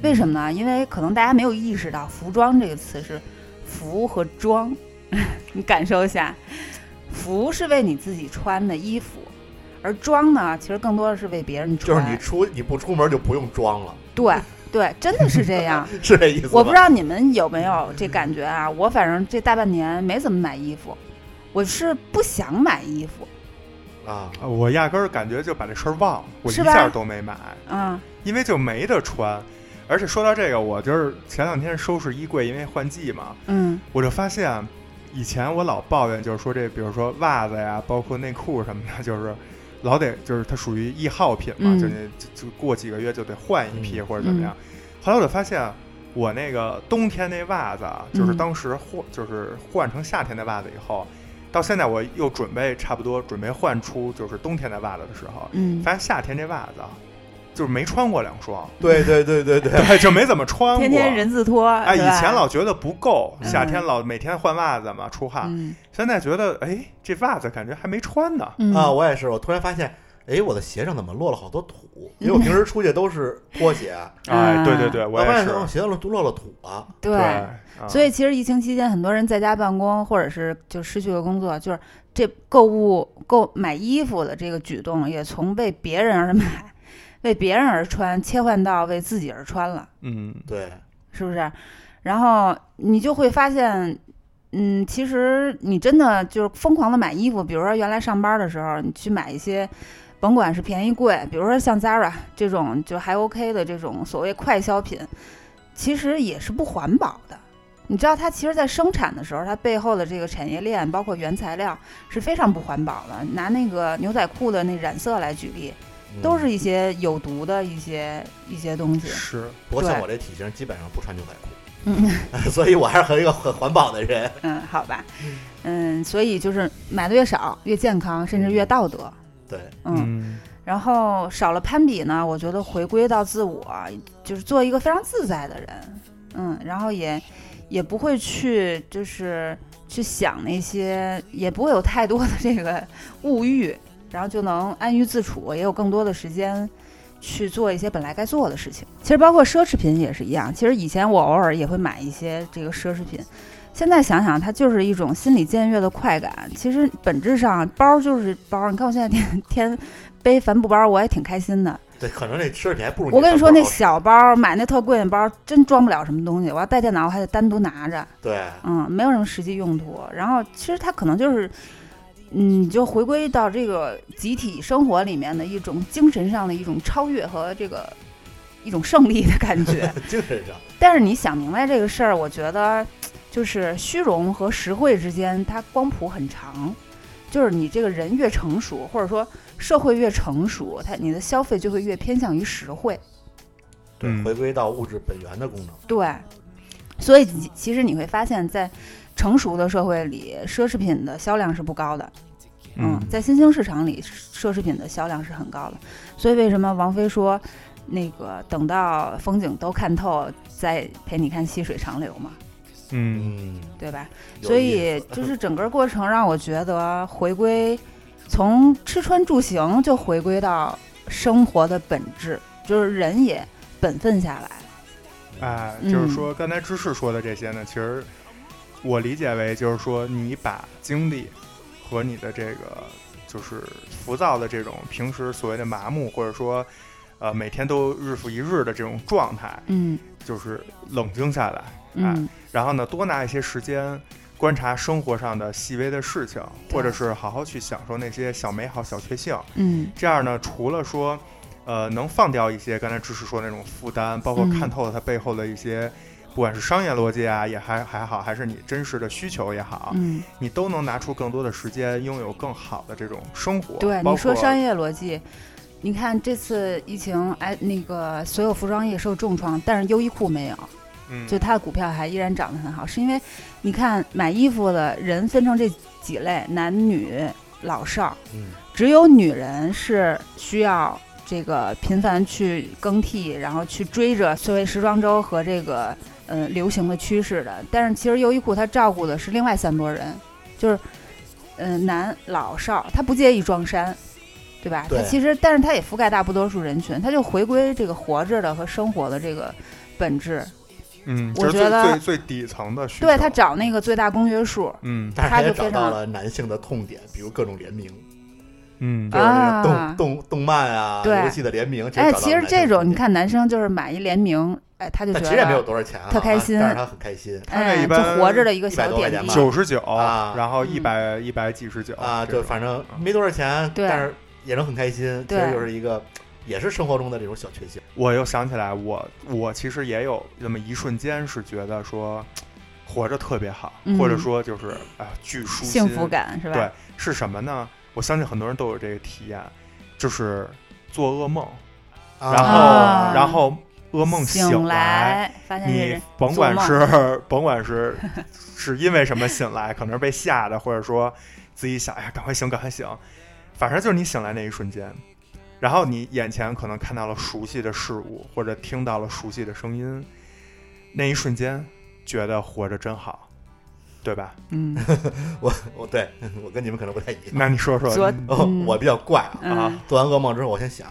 为什么嗯呢？因为可能大家没有意识到“服装”这个词是“服”和“装”， 你感受一下，“服”是为你自己穿的衣服，而“装”呢，其实更多的是为别人就是穿。你出你不出门就不用装了，对，对，真的是这样。是这意思吗？我不知道你们有没有这感觉啊？我反正这大半年没怎么买衣服，我是不想买衣服，道啊，啊我压根儿感觉就把这事儿忘了，我一是吧件儿都没买，嗯因为就没得穿。而且说到这个，我就是前两天收拾衣柜，因为换季嘛，嗯我就发现，以前我老抱怨，就是说这，比如说袜子呀，包括内裤什么的，就是老得就是它属于易耗品嘛，嗯就你就就过几个月就得换一批嗯或者怎么样。后来我就发现，我那个冬天那袜子啊，嗯就是当时换就是换成夏天的袜子以后，到现在我又准备差不多准备换出就是冬天的袜子的时候，嗯，发现夏天这袜子啊，就是没穿过两双，对对对对对，对，就没怎么穿过。天天人字拖，哎，以啊是吧前老觉得不够，嗯夏天老每天换袜子嘛，出汗。嗯现在觉得，哎，这袜子感觉还没穿呢。嗯啊，我也是，我突然发现，哎，我的鞋上怎么落了好多土？因为我嗯平时出去都是拖鞋，哎，对对对，我我发也现是。我鞋上落落了土了。对。啊所以其实疫情期间，很多人在家办公，或者是就失去了工作，就是这购物、购买衣服的这个举动，也从为别人而买、为别人而穿，切换到为自己而穿了，嗯，对，是不是？然后你就会发现，嗯，其实你真的就是疯狂的买衣服，比如说原来上班的时候，你去买一些。甭管是便宜贵，比如说像 Zara 这种就还 OK 的这种所谓快消品，其实也是不环保的。你知道，它其实在生产的时候，它背后的这个产业链，包括原材料是非常不环保的。拿那个牛仔裤的那染色来举例，嗯都是一些有毒的一些一些东西。 是。不过像对我这体型，基本上不穿牛仔裤， 嗯所以我还是很一个很环保的人。嗯，好吧，嗯，所以就是买的越少越健康，甚至越道德。对，嗯，然后少了攀比呢，我觉得回归到自我，就是做一个非常自在的人，嗯，然后也也不会去就是去想那些，也不会有太多的这个物欲，然后就能安于自处，也有更多的时间。去做一些本来该做的事情，其实包括奢侈品也是一样。其实以前我偶尔也会买一些这个奢侈品，现在想想它就是一种心理僭越的快感。其实本质上包就是包，你看我现在天天背帆布包，我也挺开心的。对，可能那奢侈品还不如我跟你说，穿那包小包买那特贵的包，真装不了什么东西。我要带电脑，我还得单独拿着， 对，嗯，没有什么实际用途。然后其实它可能就是，嗯，就回归到这个集体生活里面的一种精神上的一种超越和这个一种胜利的感觉。精神上但是你想明白这个事儿，我觉得就是虚荣和实惠之间，它光谱很长。就是你这个人越成熟，或者说社会越成熟，它你的消费就会越偏向于实惠。对、嗯回归到物质本源的功能。对，所以其其实你会发现，在成熟的社会里，奢侈品的销量是不高的。嗯，嗯，在新兴市场里，奢侈品的销量是很高的。所以为什么王菲说，那个等到风景都看透，再陪你看细水长流嘛，嗯，嗯，对吧？有所意以思就是整个过程让我觉得回归，从吃穿住行就回归到生活的本质，就是人也本分下来。哎，嗯就是说刚才芝士说的这些呢，其实我理解为就是说你把精力和你的这个就是浮躁的这种平时所谓的麻木，或者说呃每天都日复一日的这种状态，嗯就是冷静下来，哎嗯，然后呢，多拿一些时间观察生活上的细微的事情，对或者是好好去享受那些小美好、小确幸。嗯这样呢，除了说，呃，能放掉一些刚才知识说那种负担，包括嗯看透了它背后的一些，不管是商业逻辑啊，也还还好，还是你真实的需求也好，嗯，你都能拿出更多的时间，拥有更好的这种生活。对，包你说括商业逻辑，你看这次疫情，哎，那个所有服装业受重创，但是优衣库没有，嗯，就它的股票还依然涨得很好，是因为你看买衣服的人分成这几类，男女老少，嗯只有女人是需要这个频繁去更替，然后去追着所谓时装周和这个呃流行的趋势的。但是其实优衣库它照顾的是另外三拨人，就是嗯、呃男老少，它不介意装衫，对吧？对它其实但是它也覆盖大不多数人群，它就回归这个活着的和生活的这个本质。嗯，我就是觉得最最最底层的需求。对，它找那个最大公约数，嗯但是他也就找非到常了男性的痛点，比如各种联名。嗯就是那啊个动动动漫啊、对游戏的联名。哎，找到其实买这就种你，看，男生就是买一联名，哎，他就但觉其实也没有得，多少钱啊，特开心但是他很开心他那哎，一就般活着的一个100小多块点滴钱吧。九十九，啊然后一百一百几十九啊，这就种反正没多少钱，对但是也能很开心。其对实就是一个，也是生活中的这种小确幸。我又想起来，我我其实也有那么一瞬间是觉得说，活着特别好，嗯或者说就是啊，巨舒心幸福感是吧？对是什么呢？我相信很多人都有这个体验，就是做噩梦，啊然后、啊然后噩梦醒来，来哎发现这你人甭管做是 甭管是是因为什么醒来，可能是被吓的，或者说自己想哎呀赶快醒赶快醒，反正就是你醒来那一瞬间，然后你眼前可能看到了熟悉的事物，或者听到了熟悉的声音，那一瞬间觉得活着真好，对吧？ 嗯我 我哦对我跟你们可能不太一样，那你说说，昨嗯 哦嗯我比较怪啊。嗯，做完噩梦之后，我先想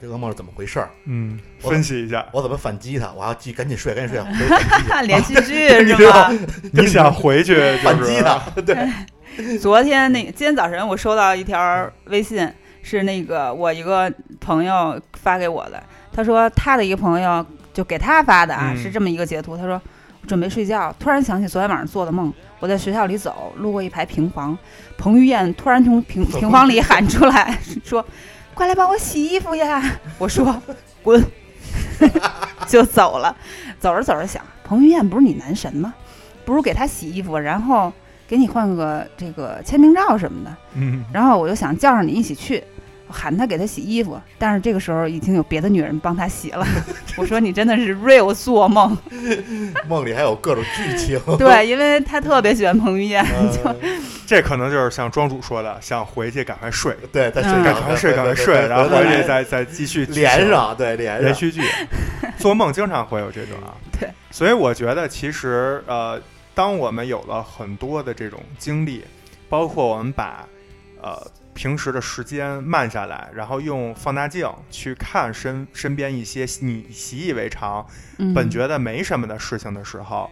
这噩梦是怎么回事儿，嗯，我分析一下，我怎么反击他，我还要记赶紧睡，赶啊 紧睡，我得反击他看连续 剧你是知道吧？你想回 去反就击是他，对，昨天那今天早晨我收到一条微信，是那个我一个朋友发给我的，他说他的一个朋友就给他发的啊，嗯是这么一个截图，他说。我准备睡觉，突然想起昨天晚上做的梦。我在学校里走，路过一排平房，彭于晏突然从 平平房里喊出来， 说：“快来帮我洗衣服呀！”我说：“滚！” 就走了。走着走着想，彭于晏不是你男神吗？不如给他洗衣服，然后给你换个这个签名照什么的。嗯，然后我就想叫上你一起去，我喊他给他洗衣服，但是这个时候已经有别的女人帮他洗了。 我说你真的是 real 做 梦，梦里还有各种剧情。对， 因为他特别喜欢彭于晏， 呃，这可能就是像庄主说的，想回去赶快睡，对，再睡嗯着，赶快睡，赶快睡，然后回去再再继续剧情连上，对，连连上。续剧，做梦经常会有这种啊。 对，所以我觉得其实呃，当我们有了很多的这种经历，包括我们把呃平时的时间慢下来，然后用放大镜去看身身边一些你习以为常、嗯本觉得没什么的事情的时候，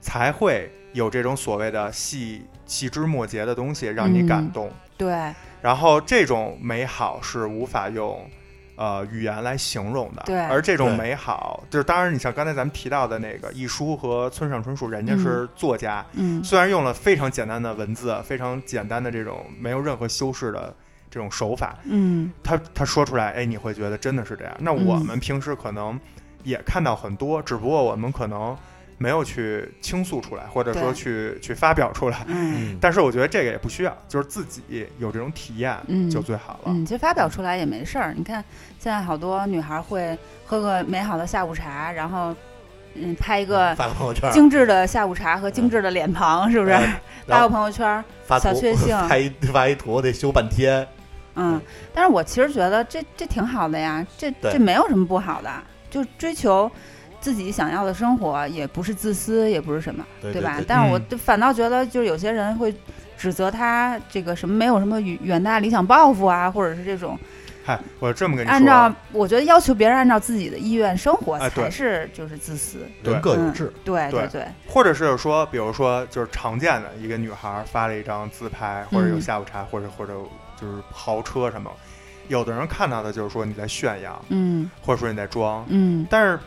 才会有这种所谓的细细枝末节的东西让你感嗯动。对然后这种美好是无法用呃语言来形容的。对而这种对美好，就是当然你像刚才咱们提到的那个一书和村上春树，人家是作家，嗯虽然用了非常简单的文字，非常简单的这种没有任何修饰的。这种手法，嗯他他说出来，哎，你会觉得真的是这样。那我们平时可能也看到很多，只不过我们可能没有去倾诉出来，或者说对去去发表出来。嗯嗯，但是我觉得这个也不需要，就是自己有这种体验嗯就最好了。嗯，其实发表出来也没事儿。你看现在好多女孩会喝个美好的下午茶，然后嗯拍一个发个朋友圈，精致的下午茶和精致的脸庞，是不是？嗯 发然个后朋友圈儿，发图小确幸 发一发一图得修半 天。嗯，但是我其实觉得这这挺好的呀，这对这没有什么不好的，就追求自己想要的生活，也不是自私，也不是什么，对吧？对但是我嗯就反倒觉得，就是有些人会指责他这个什么没有什么远远大理想抱负啊，或者是这种嗨，我这么跟你说，按照我觉得要求别人按照自己的意愿生活哎对才是就是嗯自私，对人各有志，对对对对，或者是说，比如说，就是常见的一个女孩发了一张自拍，或者嗯有下午茶，或者或者就是豪车什么，有的人看到的就是说你在炫耀，嗯或者说你在装，嗯但是。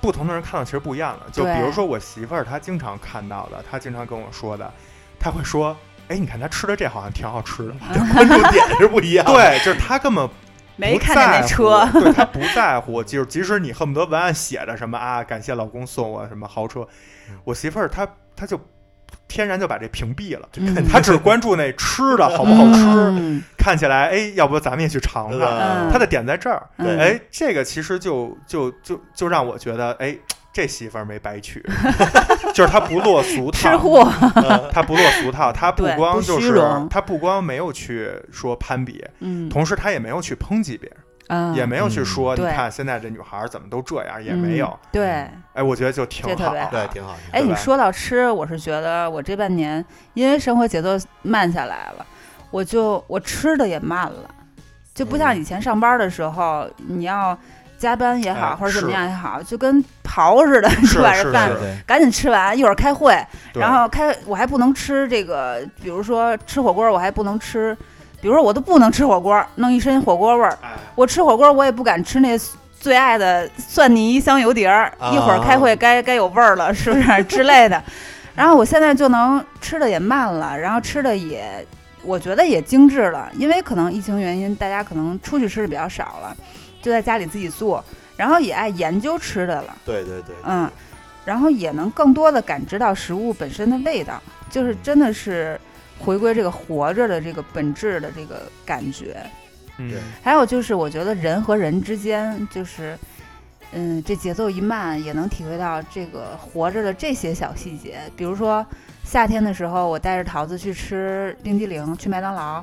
不同的人看到其实不一样的，就对比如说我媳妇儿，她经常看到的，她经常跟我说的，她会说：“哎，你看她吃的这好像挺好吃的。 关注点是不一样。，对，就是 她根本没不看见在那乎车，对他不在乎，就是即使你恨不得文案写着什么啊，感谢老公送我什么豪车，我媳妇儿她她就天然就把这屏蔽了，嗯她只关注那吃的好不好吃，嗯看起来哎，要不咱们也去尝对尝。吧嗯她的点在这儿，嗯哎，这个其实就就就就让我觉得哎。这媳妇儿没 白娶，就是她不落俗吃套，货，呃她不落俗套，她不对光不就虚是荣她不光没有去说攀比，嗯同时她也没有去抨击别人。嗯也没有去嗯说，你对看现在这女孩儿怎么都这样，也嗯没有。对。哎，我觉得就挺这特好别的，对，挺好。哎，对你吧说到吃，我是觉得我这半年因为生活节奏慢下来了，我就我吃的也慢了，就不像嗯以前上班的时候，你要加班也好，哎或者怎么是样也好，就跟刨似的， 是把是这饭是对，赶紧吃完，一会儿开会，对然后开我还不能吃这个，比如说吃火锅，我还不能吃比如说我都不能吃火锅，弄一身火锅味儿。哎，我吃火锅，我也不敢吃那最爱的蒜泥香油碟儿，啊一会儿开会该该有味儿了，是不是之类的？然后我现在就能吃的也慢了，然后吃的也，我觉得也精致了，因为可能疫情原因，大家可能出去吃的比较少了，就在家里自己做，然后也爱研究吃的了，对对对，嗯，然后也能更多的感知到食物本身的味道，就是真的是回归这个活着的这个本质的这个感觉，对嗯，还有就是，我觉得人和人之间，就是，嗯，这节奏一慢，也能体会到这个活着的这些小细节。比如说夏天的时候，我带着桃子去吃冰激凌，去麦当劳，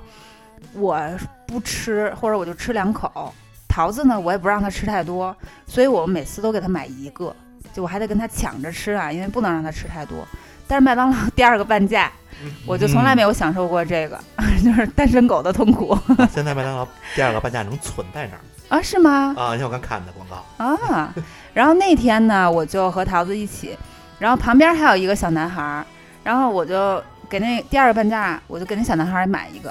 我不吃，或者我就吃两口。桃子呢，我也不让她吃太多，所以我每次都给她买一个，就我还得跟她抢着吃啊，因为不能让她吃太多。但是麦当劳 第二个半价，我就从来没有享受过这个， 就是单身狗的痛苦 啊现在麦当劳第二个半价能存在那儿啊，是吗？啊？因为我刚看的广告，啊，然后那天呢，我就和桃子一起，然后旁边还有一个小男孩儿，然后我就给那第二个半价，我就给那小男孩儿买一个，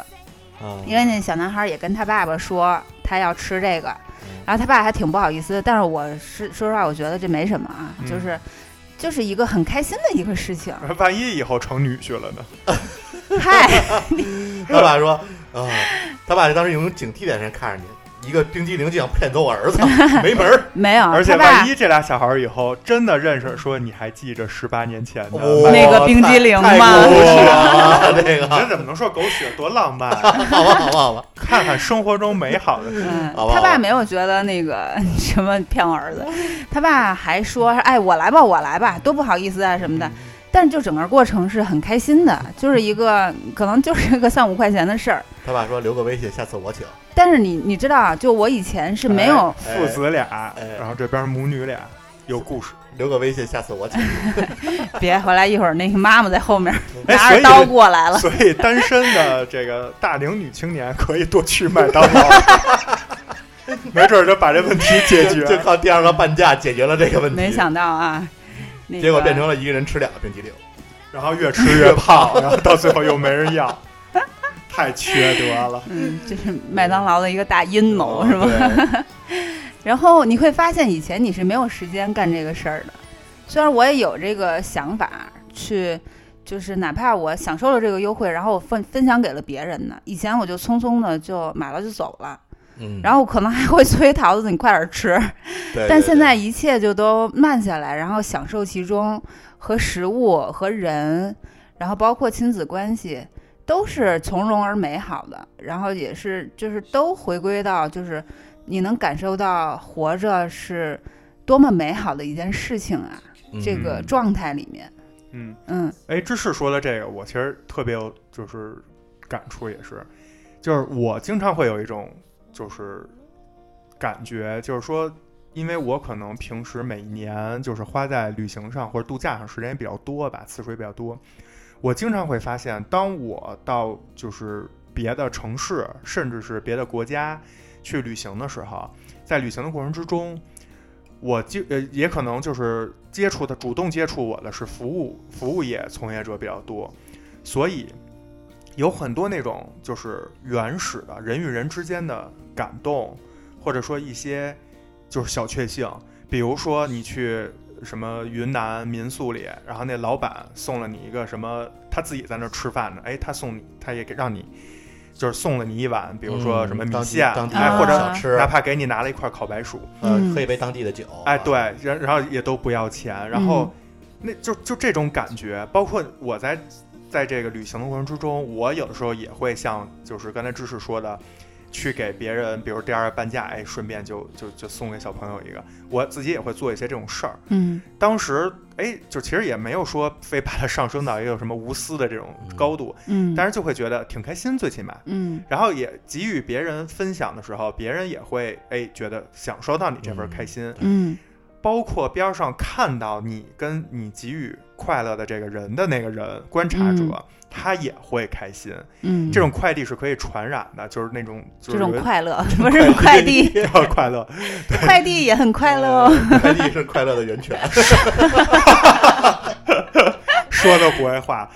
哦嗯，因为那小男孩儿也跟他爸爸说他要吃这个，嗯然后他爸还挺不好意思，但是我是说实话，我觉得这没什么啊，嗯就是就是一个很开心的一个事情。万一以后成女婿了呢？嗨，他爸说啊，他爸当时有种警惕的眼神看着你，一个冰激凌就想骗走我儿子，没门 儿。没有，而且啊他爸万一这俩小孩儿以后真的认识，说你还记着十八年前的哇那个冰激凌太吗太狗血了，啊这个你这怎么能说狗血？多浪漫啊！ 好吧，好吧，好吧，看看生活中美好的事。嗯，好吧他好爸吧没有觉得那个 什么骗我儿子，他爸还说：“哎，我来吧，我来吧，多不好意思啊什么嗯的。”但是就整个过程是很开心的，就是一个可能就是一个三五块钱的事儿。他爸说留个微信，下次我 请。但是你你知道啊，就我以前是没有，哎父子俩哎，然后这边母女俩有故事。留个微信，下次我 请。哎别回来一会儿那个妈妈在后面哎拿所着以刀过来了。所以单身的这个大龄女青年可以多去麦当劳， 没准儿就把这问题解决。就靠第二个半价解决了这个问题。没想到啊，那个、结果变成了一个人吃两个冰激凌。然后越吃越胖， 然后到最后又没人要， 太缺德了。嗯，这是麦当劳的一个大阴谋是吗？哦对？ 然后你会发现，以前你是没有时间干这个事儿的。虽然我也有这个想法，去就是哪怕我享受了这个优惠，然后我分分享给了别人呢，以前我就匆匆的就买了就走了，嗯，然后我可能还会催桃子你快点吃，对但对现对在一切就都慢下来，然后享受其中和食物和人，然后包括亲子关系，都是从容而美好的。然后也是就是都回归到就是你能感受到活着是多么美好的一件事情啊，这个嗯状态里面，嗯，嗯哎，芝士说的这个，我其实特别有就是感触，也是，就是我经常会有一种就是感觉，就是说，因为我可能平时每一年就是花在旅行上或者度假上时间也比较多吧，次数也比较多，我经常会发现，当我到就是别的城市，甚至是别的国家去旅行的时候，在旅行的过程之中，我接呃也可能就是接触的主动接触我的是服务服务业从业者比较多，所以有很多那种就是原始的人与人之间的感动，或者说一些就是小确幸，比如说你去。什么云南民宿里，然后那老板送了你一个什么，他自己在那儿吃饭呢，哎，他送你，他也给让你，就是送了你一碗，比如说嗯什么当地米线，当地哎哎，的或者小吃，哪怕给你拿了一块烤白薯，呃嗯喝一杯当地的酒。哎，啊，对，然然后也都不要钱，然后、那就就这种感觉，包括我在在这个旅行的过程之中，我有的时候也会像就是刚才知识说的，去给别人，比如第二半价，哎，顺便就就就送给小朋友一个，我自己也会做一些这种事儿。嗯当时哎，就其实也没有说非把它上升到一个什么无私的这种嗯高度，嗯，但是是就会觉得挺开心，最起码。嗯然后也给予别人分享的时候，别人也会哎觉得享受到你这份开心，嗯包括边上看到你跟你给予快乐的这个人的那个人观察者，嗯他也会开心。嗯，这种快递是可以传染的，就是那种就这是种快乐不是快递，乐快 乐，快递也很呃快乐哦。 快递是快乐的源泉。说的国外 话，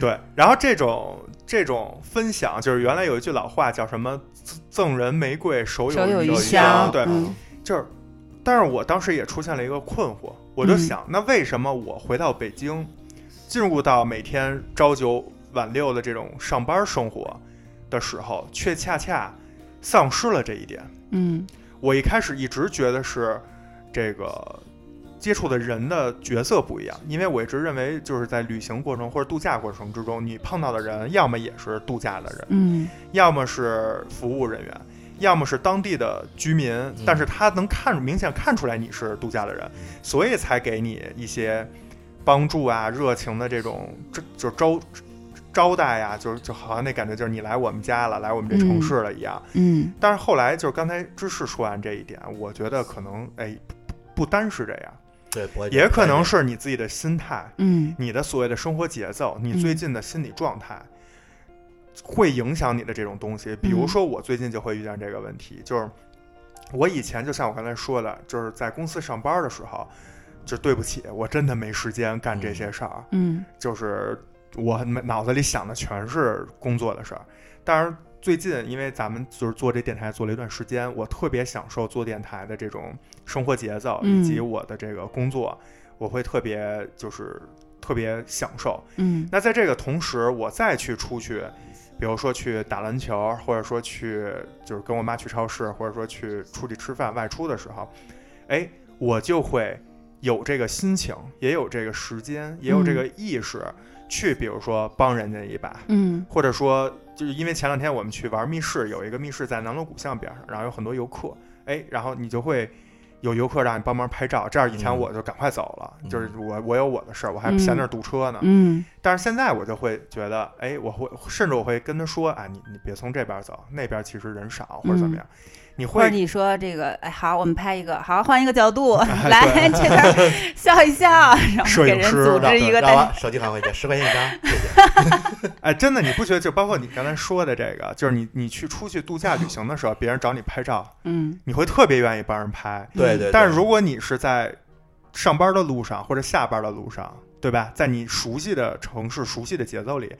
对。然后这种这种分享，就是原来有一句老话叫什么“赠人玫瑰，手手有有余香，香”，对，嗯就是。但是我当时也出现了一个困惑，我就嗯想，那为什么我回到北京，进入到每天朝九晚六的这种上班生活的时候，却恰恰丧失了这一点？嗯我一开始一直觉得是这个接触的人的角色不一样，因为我一直认为就是在旅行过程或者度假过程之中，你碰到的人要么也是度假的人，嗯要么是服务人员，要么是当地的居民，但是他能看明显看出来你是度假的人，所以才给你一些帮助啊、热情的这种这就招招待呀、就就好像那感觉就是你来我们家了，来我们这城市了一样。嗯但是后来就是刚才芝士说完这一点，我觉得可能哎，不不单是这样，对，不会也可能是是你自己的心态，嗯你的所谓的生活节奏，你最近的心理状态，会影响你的这种东西。比嗯如说，我最近就会遇见这个问题，就是我以前就像我刚才说的，就是在公司上班的时候，就对不起，我真的没时间干这些事儿。嗯就是我脑子里想的全是工作的事儿。当然，最近因为咱们就是做这电台做了一段时间，我特别享受做电台的这种生活节奏嗯以及我的这个工作，我会特别就是特别享受。嗯那在这个同时，我再去出去，比如说去打篮球，或者说去就是跟我妈去超市，或者说去出去吃饭外出的时候，哎，我就会有这个心情，也有这个时间，也有这个意识、去，比如说帮人家一把，嗯或者说就是因为前两天我们去玩密室，有一个密室在南锣鼓巷边上，然后有很多游客，哎，然后你就会。有游客让你帮忙拍照，这样以前嗯我就赶快走了，嗯就是我我有我的事儿，我还嫌那儿堵车呢。嗯但是现在我就会觉得，哎，我会甚至我会跟他说，啊，你你别从这边走，那边其实人少或者怎么样，你嗯或者会你说这个，哎，好，我们拍一个，好，换一个角 度，来这边儿笑一笑，然后摄给影人师组织一个单，手机喊回去，十块钱一嗯张，谢谢。哎，真的你不觉得就包括你刚才说的这个，就是你你去出去度假旅行的时候，别人找你拍照，嗯你会特别愿意帮人拍。对对，但是如果你是在上班的路上或者下班的路上，对吧？在你熟悉的城市、熟悉的节奏里，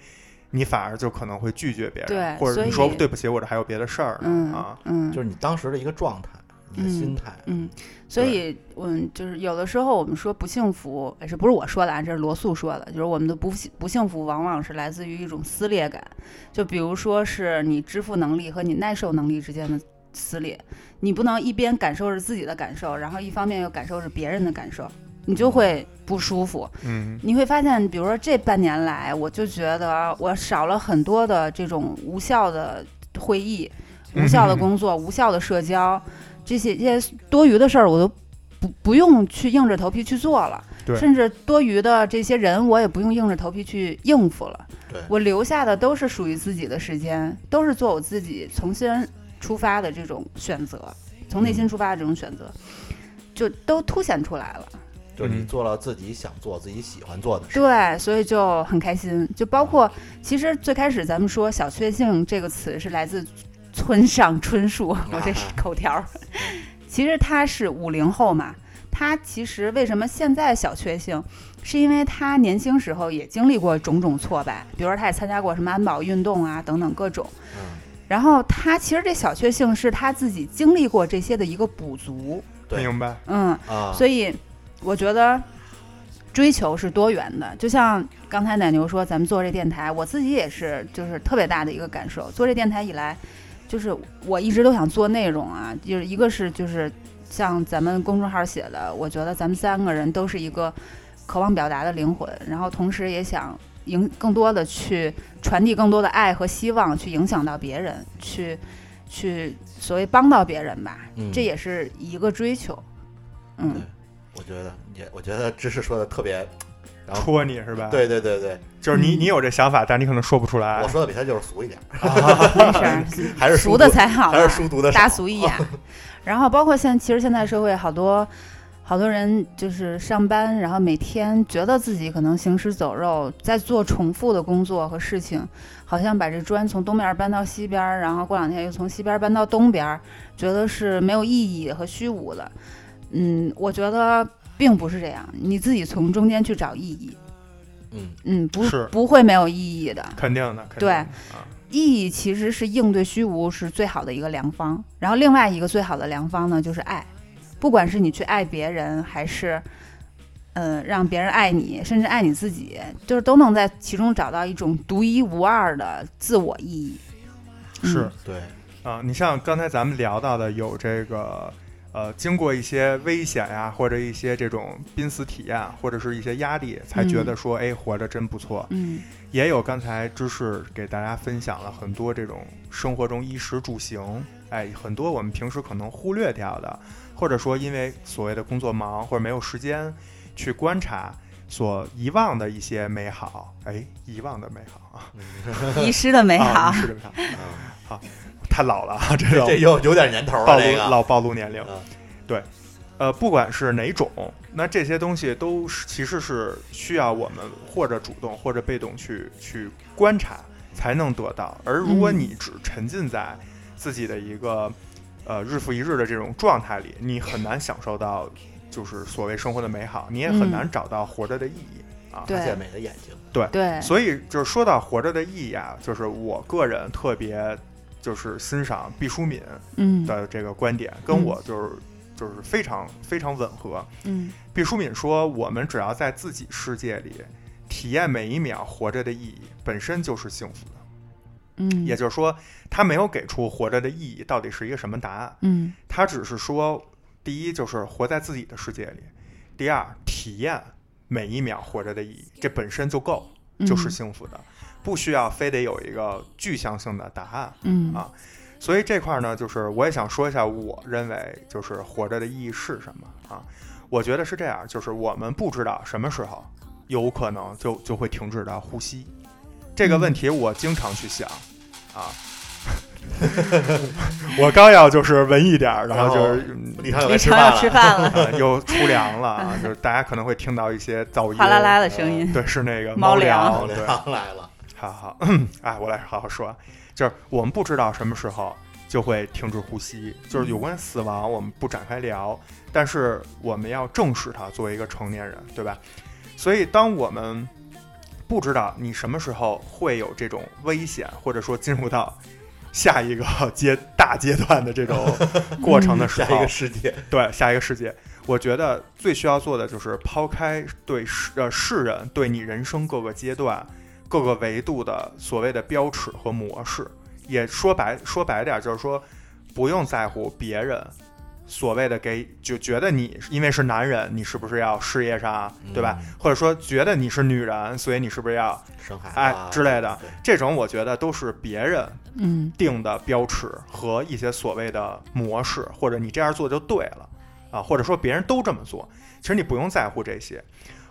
你反而就可能会拒绝别人，对或者你所说以对不起，我这还有别的事儿呢、嗯啊。嗯，就是你当时的一个状态，你的心态，嗯，所以，嗯，就是有的时候我们说不幸福，哎，这不是我说的啊，这是罗素说的，就是我们的不幸不幸福往往是来自于一种撕裂感，就比如说是你支付能力和你耐受能力之间的撕裂，你不能一边感受着自己的感受，然后一方面又感受着别人的感受，你就会不舒服。嗯你会发现，比如说这半年来，我就觉得我少了很多的这种无效的会议、嗯无效的工 作、无效的社交，这些这些多余的事儿，我都不不用去硬着头皮去做了对。甚至多余的这些人，我也不用硬着头皮去应付了对。我留下的都是属于自己的时间，都是做我自己重新出发的这种选择，从内嗯心出发的这种选择，就都凸显出来了。就是你做了自己想做、自己喜欢做的事。对，所以就很开心。就包括其实最开始咱们说“小确幸”这个词是来自村上春树，我这是口条儿。其实他是五零后嘛，他其实为什么现在小确幸，是因为他年轻时候也经历过种种挫败，比如说他也参加过什么安保运动啊等等各种。嗯，然后他其实这小确幸是他自己经历过这些的一个补足，对明白。嗯，啊，所以我觉得追求是多元的，就像刚才奶牛说，咱们做这电台，我自己也是就是特别大的一个感受。做这电台以来，就是我一直都想做内容啊，就是一个是就是像咱们公众号写的，我觉得咱们三个人都是一个渴望表达的灵魂，然后同时也想。影更多的去传递更多的爱和希望，去影响到别人，去去所谓帮到别人吧，嗯这也是一个追求。嗯对，我觉得也，我觉得知识说的特别，然后戳你是啊吧？，对对对对，就是你，嗯你有这想法，但你可能说不出来。我说的比他就是俗一点， 没事还儿，是熟熟的才好还啊，是熟读的少大俗 一雅。然后包括现其实现在社会好多好多人就是上班，然后每天觉得自己可能行尸走肉，在做重复的工作和事情，好像把这砖从东边儿搬到西边儿，然后过两天又从西边儿搬到东边儿，觉得是没有意义和虚无的。嗯，我觉得并不是这样，你自己从中间去找意义。嗯，嗯，不是不会没有意义的。肯定的，肯定对的啊，意义其实是应对虚无是最好的一个良方，然后另外一个最好的良方呢就是爱，不管是你去爱别人，还是嗯、呃让别人爱你，甚至爱你自己，就是都能在其中找到一种独一无二的自我意义。嗯是，对，啊，你像刚才咱们聊到的，有这个呃，经过一些危险呀、或者一些这种濒死体验，或者是一些压力，才觉得说，哎，活着真不错。嗯也有刚才知识给大家分享了很多这种生活中衣食住行，哎，很多我们平时可能忽略掉的，或者说因为所谓的工作忙或者没有时间去观察所遗忘的一些美好，哎，遗忘的美好啊，遗失的美哎好。啊是的美好，嗯太 老了啊，这这种 这有有点年头暴了，露、这个老暴露年龄。嗯对，呃，不管是哪种，那这些东西都是其实是需要我们或者主动或者被动去去观察才能得到。而如果嗯你只沉浸在自己的一个、呃日复一日的这种状态里，你很难享受到就是所谓生活的美好，你也很嗯难找到活着的意义、啊。对发现美的眼睛，对，所以就是说到活着的意义啊，就是我个人特别就是欣赏毕淑敏嗯的这个观点，跟我就是就是非常非常吻合。嗯毕淑敏说，我们只要在自己世界里体验每一秒活着的意义，本身就是幸福的。嗯，也就是说，他没有给出活着的意义到底是一个什么答案，嗯他只是说，第一就是活在自己的世界里，第二体验每一秒活着的意义，这本身就够，就是幸福的，不需要非得有一个具象性的答案。嗯啊所以这块儿呢，就是我也想说一下，我认为就是活着的意义是什么啊？我觉得是这样，就是我们不知道什么时候有可能就就会停止到呼吸，这个问题我经常去想啊。 我刚要就是文一点儿，然后就是嗯李畅又李该吃成饭要了，吃饭 了，呃又出粮 了啊，就是大家可能会听到一些噪音，哗啦啦的声音。对，是那个猫粮老对，梁来了，好好，哎，我来好好说啊，就是我们不知道什么时候就会停止呼吸，就是有关死亡我们不展开聊，但是我们要正视它，作为一个成年人，对吧？所以当我们不知道你什么时候会有这种危险，或者说进入到下一个阶大阶段的 这种过程的时下候，一个世界，对下一个世界，我觉得最需要做的就是抛开对世呃世人对你人生各个阶段、各个维度的所谓的标尺和模式，也说白说白点儿，就是说不用在乎别人所谓的给就觉得你因为是男人，你是不是要事业上啊对吧？嗯或者说觉得你是女人，所以你是不是要生孩子啊哎之类的对？这种我觉得都是别人嗯定的标尺和一些所谓的模式，或者你这样做就对了啊，或者说别人都这么做，其实你不用在乎这些。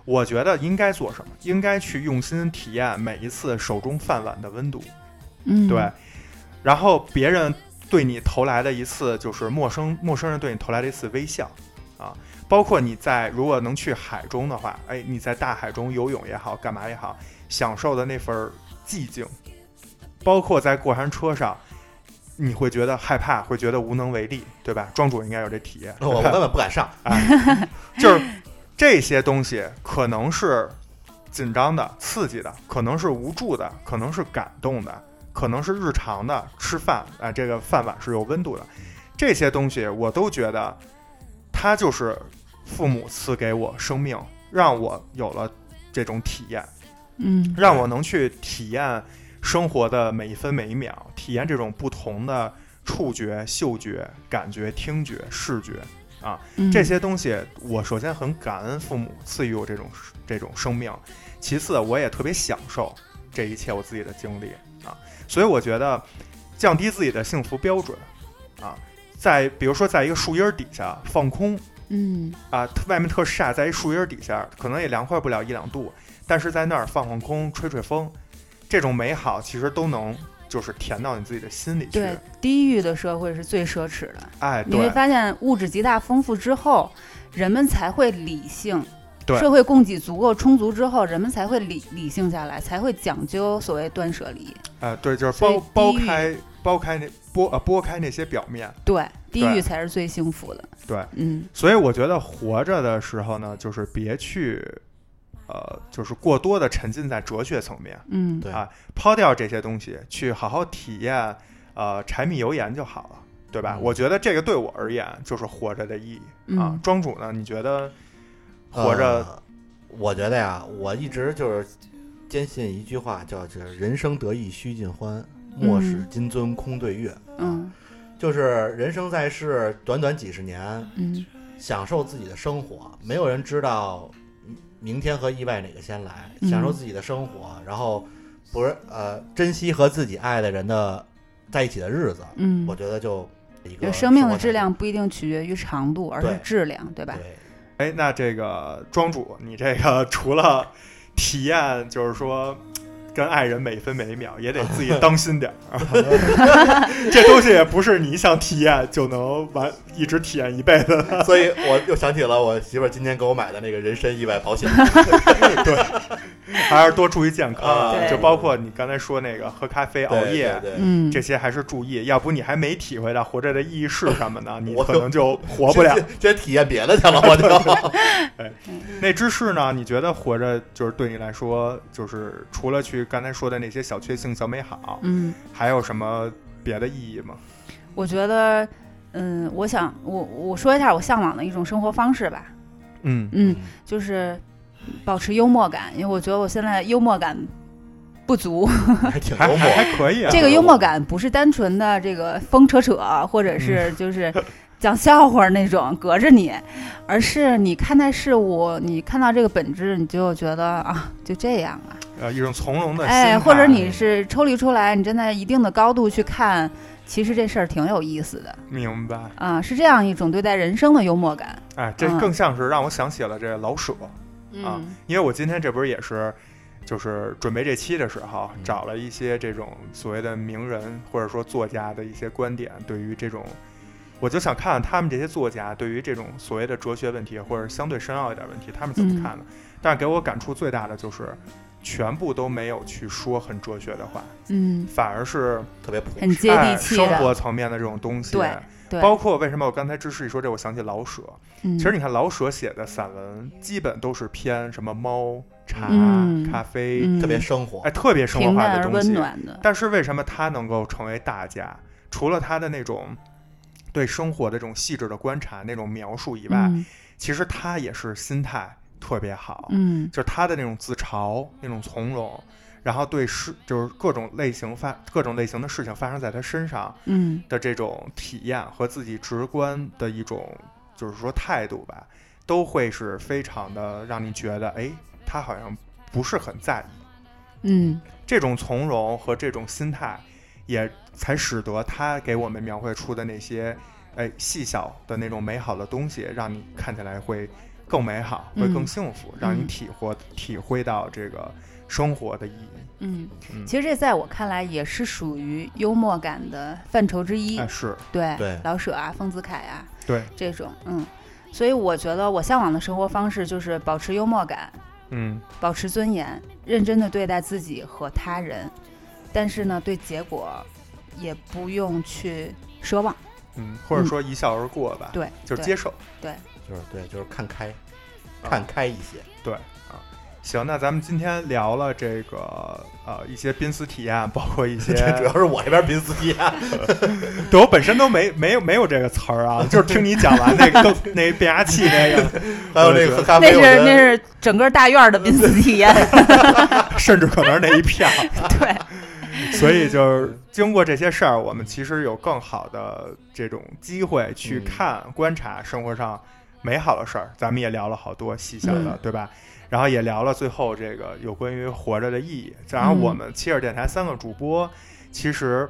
我觉得应该做什么，应该去用心体验每一次手中饭碗的温度，嗯，对。然后别人对你投来的一次就是陌生陌生人对你投来的一次微笑啊，包括你在如果能去海中的话，哎，你在大海中游泳也好，干嘛也好，享受的那份儿寂静，包括在过山车上。你会觉得害怕，会觉得无能为力，对吧？庄主应该有这体验。 我我根本不敢上， 哎就是这些东西可能是紧张的、刺激的，可能是无助的，可能是感动的，可能是日常的吃饭啊、哎这个饭碗是有温度的，这些东西我都觉得它就是父母赐给我生命，让我有了这种体验，嗯让我能去体验生活的每一分每一秒，体验这种不同的触觉、嗅觉、感觉、听觉、视觉。嗯这些东西，我首先很感恩父母赐予我这种这种生命，其次我也特别享受这一切我自己的经历啊，所以我觉得降低自己的幸福标准啊，在比如说在一个树荫儿底下放空嗯啊，特外面特晒，在一树荫儿底下可能也凉快不了一两度，但是在那儿放放空、吹吹风，这种美好其实都能就是填到你自己的心里去。对低欲的社会是最奢侈的。哎，你会对发现物质极大丰富之后，人们才会理性。对社会供给足够充足之后，人们才会理理性下来，才会讲究所谓断舍离。哎，对，就是所以剥剥地狱开剥开那剥呃剥开那些表面。对，地狱对才是最幸福的。对，嗯所以我觉得活着的时候呢，就是别去，呃，就是过多的沉浸在哲学层面，嗯，对啊，抛掉这些东西，去好好体验呃柴米油盐就好了，对吧？嗯我觉得这个对我而言就是活着的意义啊。嗯庄主呢？你觉得活着呃我觉得呀，我一直就是坚信一句话，叫“这人生得意须尽欢，莫使嗯金樽空对月”啊，嗯就是人生在世，短短几十年，嗯享受自己的生活，没有人知道明明天和意外哪个先来，嗯享受自己的生活，然后不是呃，珍惜和自己爱的人的在一起的日子，嗯我觉得就一就个生命活的态质量不一定取决于长度，而是对质量，对吧？对。哎，那这个庄主，你这个除了 体验，就是说跟爱人每分每秒，也得自己当心点儿。 这东西也不是你一项体验就能完，一直体验一辈子 的。所以我又想起了我媳妇儿今天给我买的那个人身意外保 险，还是多注意健康。啊对就包括你刚才说那个喝咖啡、熬对夜。对对嗯，这些还是注意，要不你还没体会到活着的意义是什么 呢，你我可能就活 不了今。今天体验别的去了，我就那芝士呢？你觉得活着就是对你来说，就是除了去刚才说的那些小确幸、小美好，嗯。还有什么别的意义吗？我觉得，嗯，我想我我说一下我向往的一种生活方式吧，嗯嗯，就是保持幽默感，因为我觉得我现在幽默感不足。还挺还幽默还。还可以啊。这个幽默感不是单纯的这个疯扯扯，或嗯者是就是讲笑话那种隔着你，而是你看待事物，你看到这个本质，你就觉得啊，就这样啊，呃，一种从容的心态，哎，或者你是抽离出来，你站在一定的高度去看，其实这事儿挺有意思的明白？啊，是这样一种对待人生的幽默感。哎，这嗯更像是让我想起了这老舍，啊嗯因为我今天这不是也是，就是准备这期的时候，嗯找了一些这种所谓的名人或者说作家的一些观点，对于这种，我就想看看他们这些作家对于这种所谓的哲学问题或者相对深奥一点问题，他们怎么看的。但是给我感触最大的就是，全部都没有去说很哲学的话，嗯，反而是特别朴很实，接哎地气生的，活层面的这种东西。对对，包括为什么我刚才之所以说这，我想起老舍。嗯其实你看老舍写的散文，基本都是偏什么猫、茶、嗯咖啡，嗯特别生活哎，。特别生活平化淡的而东温西。暖的，但是为什么他能够成为大家？除了他的那种对生活的这种细致的观察、那种描述以外，嗯其实他也是心态特别好，嗯就是他的那种自嘲、那种从容。然后对事就是各种类型发各种类型的事情发生在他身上，嗯的这种体验和自己直观的一种，就是说态度吧，都会是非常的让你觉得，哎，他好像不是很在意。嗯这种从容和这种心态，也才使得他给我们描绘出的那些，哎，细小的那种美好的东西，让你看起来会更美好，会更嗯幸福，让你嗯体会体会到这个生活的意义。嗯，嗯，其实这在我看来也是属于幽默感的范畴之一哎，，是对对老舍啊、丰子恺啊对，这种，嗯，所以我觉得我向往的生活方式就是保持幽默感，嗯，保持尊严，认真的对待自己和他人，但是呢，对结果也不用去奢望，嗯，或者嗯说一笑而过吧，对，就是对接受。就是对，就是看开，啊看开一些。行，那咱们今天聊了这个呃一些濒死体验，包括一些这主要是我这边濒死体验，对我本身都没没有没有这个词儿啊，就是听你讲完那个那变压器那个，还有那个喝咖那啡，是我觉得那是整个大院儿的濒死体 验，甚至可能是那一片儿，对， 所以就是经过这些事儿，我们其实有更好的这种机会去嗯看、观察生活上美好的事儿。咱们也聊了好多细小的，嗯对吧？然后也聊了最后这个有关于活着的意义。然后我嗯们切尔电台三个主播其实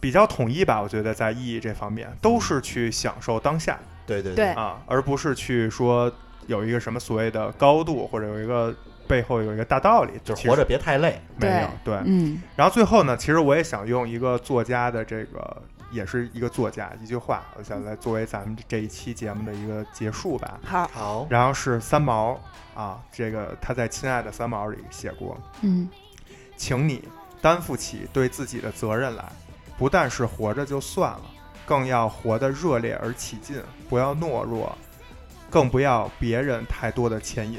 比较统一吧，我觉得在意义这方面都是去享受当下对对对啊，而不是去说有一个什么所谓的高度或者有一个背后有一个大道理，就是其实活着别太累。没有对。嗯然后最后呢，其实我也想用一个作家的这个，也是一个作家一句话，我想来作为咱们这一期节目的一个结束吧。好，好，然后是三毛啊，这个他在《亲爱的三毛》里写过，嗯请你担负起对自己的责任来，不但是活着就算了，更要活得热烈而起劲，不要懦弱，更不要别人太多的牵引。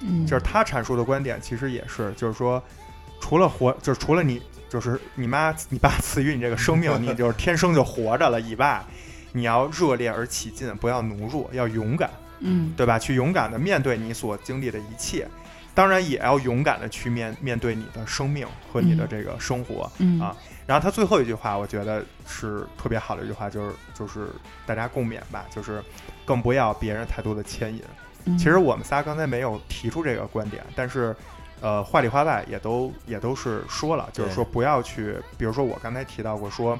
嗯，就是他阐述的观点其实也是，就是说，除了活，就是除了你，就是你妈、你爸 赐予你这个生命，你就是天生就活着了以外，你要热烈而起劲，不要懦弱，要勇敢，嗯对吧？去勇敢的面对你所经历的一切，当然也要勇敢的去面面对你的生命和你的这个生活。嗯啊然后他最后一句话，我觉得是特别好的一句话，就是就是大家共勉吧，就是更不要别人太多的牵引。嗯其实我们仨刚才没有提出这个观点，但是，呃，话里话外也都也都是说了，就是对说不要去，比如说我刚才提到过说，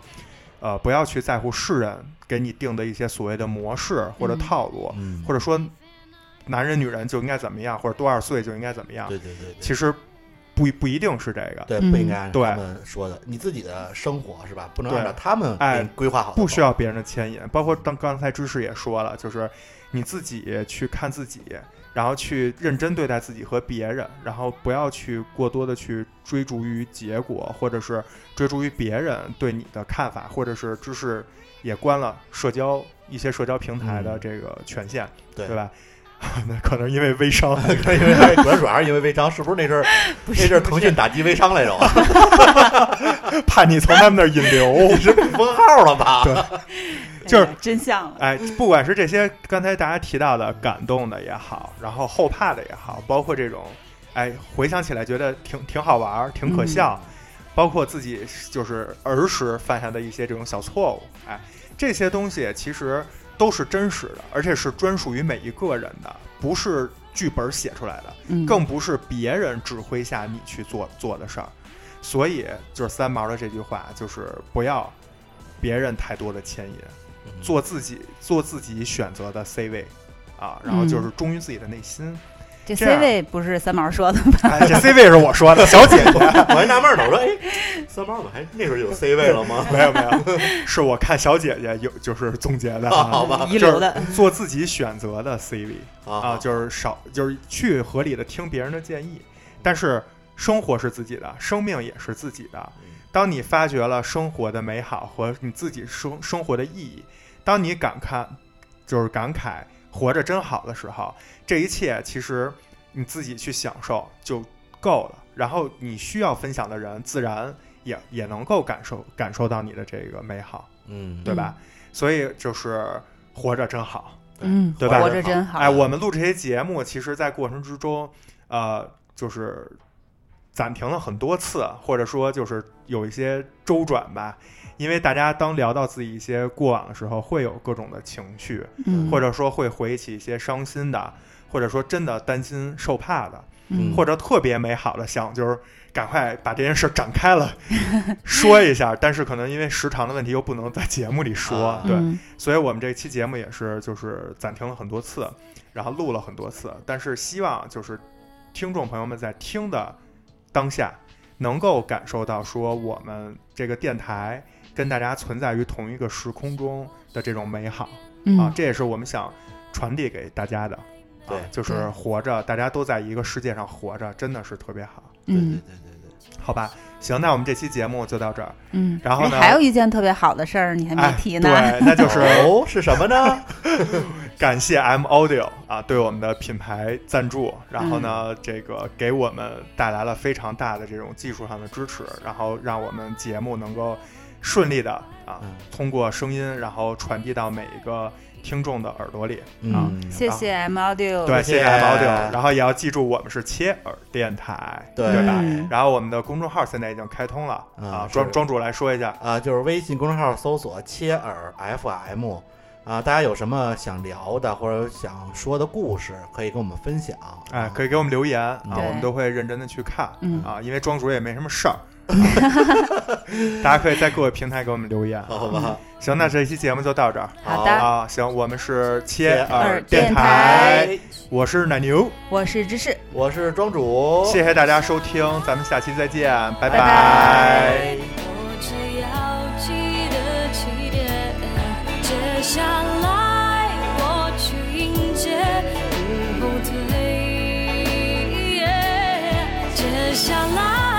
呃，不要去在乎世人给你定的一些所谓的模式或者嗯套路，嗯或者说男人女人就应该怎么样，或者多少岁就应该怎么样，对对对，对其实不不一定是这个，对嗯不应该按对他们说的，你自己的生活是吧？不能对按照他们哎给你规划好的走，不需要别人的牵引。包括当刚才知识也说了，就是你自己去看自己，然后去认真对待自己和别人，然后不要去过多的去追逐于结果，或者是追逐于别人对你的看法，或者是知识也关了社交一些社交平台的嗯这个权限，对对吧？ 那可能因为微商， 因为哎 主要主要是因为微商，是不是那阵儿不那是阵儿腾讯打击微商来着？怕你从他们那儿引流你。 是被封号了吧？对就是哎呀真相了，哎，不管是这些刚才大家提到的感动的也好，然后后怕的也好，包括这种，哎，回想起来觉得挺挺好玩儿、挺可笑，包括自己就是儿时犯下的一些这种小错误，哎，这些东西其实都是真实的，而且是专属于每一个人的，不是剧本写出来的。嗯更不是别人指挥下你去做做的事儿。所以就是三毛的这句话，就是不要别人太多的牵引，嗯做自己做自己选择的 C 位啊，然后就是忠于自己的内心。这这 C 样位不是三毛说的，哎，这 C 位是我说的，小姐姐，我还纳闷呢，我说哎，三毛怎么还那时候有 C 位了吗？没有没有，是我看小姐姐有就是总结的啊， 好吧遗留的，做自己选择的 C 位。啊，就是少，就是去合理的听别人的建议。嗯但是生活是自己的，生命也是自己的嗯。当你发掘了生活的美好和你自己生生活的意义，当你感慨就是感慨活着真好的时候，这一切其实你自己去享受就够了。然后你需要分享的人，自然也也能够感受感受到你的这个美好，嗯，对吧？所以就是活着真好。嗯，对吧活着真好，哎，我们录这些节目，其实在过程之中，呃，就是暂停了很多次，或者说就是有一些周转吧。因为大家当聊到自己一些过往的时候，会有各种的情绪，嗯或者说会回忆起一些伤心的，或者说真的担心受怕的，嗯或者特别美好的想就是赶快把这件事展开了 说一下，但是可能因为时长的问题又不能在节目里说啊，对，嗯所以我们这期节目也是就是暂停了很多次，然后录了很多次，但是希望就是听众朋友们在听的当下，能够感受到说我们这个电台跟大家存在于同一个时空中的这种美好、啊嗯，这也是我们想传递给大家的。啊对就是活着，大家都在一个世界上活着，真的是特别好，对对嗯对对好吧？行，那我们这期节目就到这儿。嗯，然后呢哎还有一件特别好的事儿，你还没哎，提呢， 对，那对，就是哦是什么呢？感谢 M Audio 啊，对我们的品牌赞助，然后嗯呢，这个给我们带来了非常大的这种技术上的支持，然后让我们节目能够顺利的啊嗯，通过声音，然后传递到每一个听众的耳朵里。啊嗯，谢谢 M Audio，对，谢谢谢 M Audio，谢然后也要记住我们是切耳电台，对对吧？嗯然后我们的公众号现在已经开通了嗯啊，是庄庄主来说一下，啊，就是微信公众号搜索“切耳 FM”，啊，大家有什么想聊的或者想说的故事，可以跟我们分享。哎，可以给我们留言啊，哦对我们都会认真的去看嗯啊，因为庄主也没什么 事儿，啊大家可以在各个平台给我们留言。啊好吧，行，那这期节目就到这儿好的，啊，行，我们是切切耳耳电电台台，我是奶牛，我是芝士，我是庄主，谢谢大家收听，咱们下期再见，拜哦拜拜拜我只要记得起点，接下来我去迎接，不后退。接下来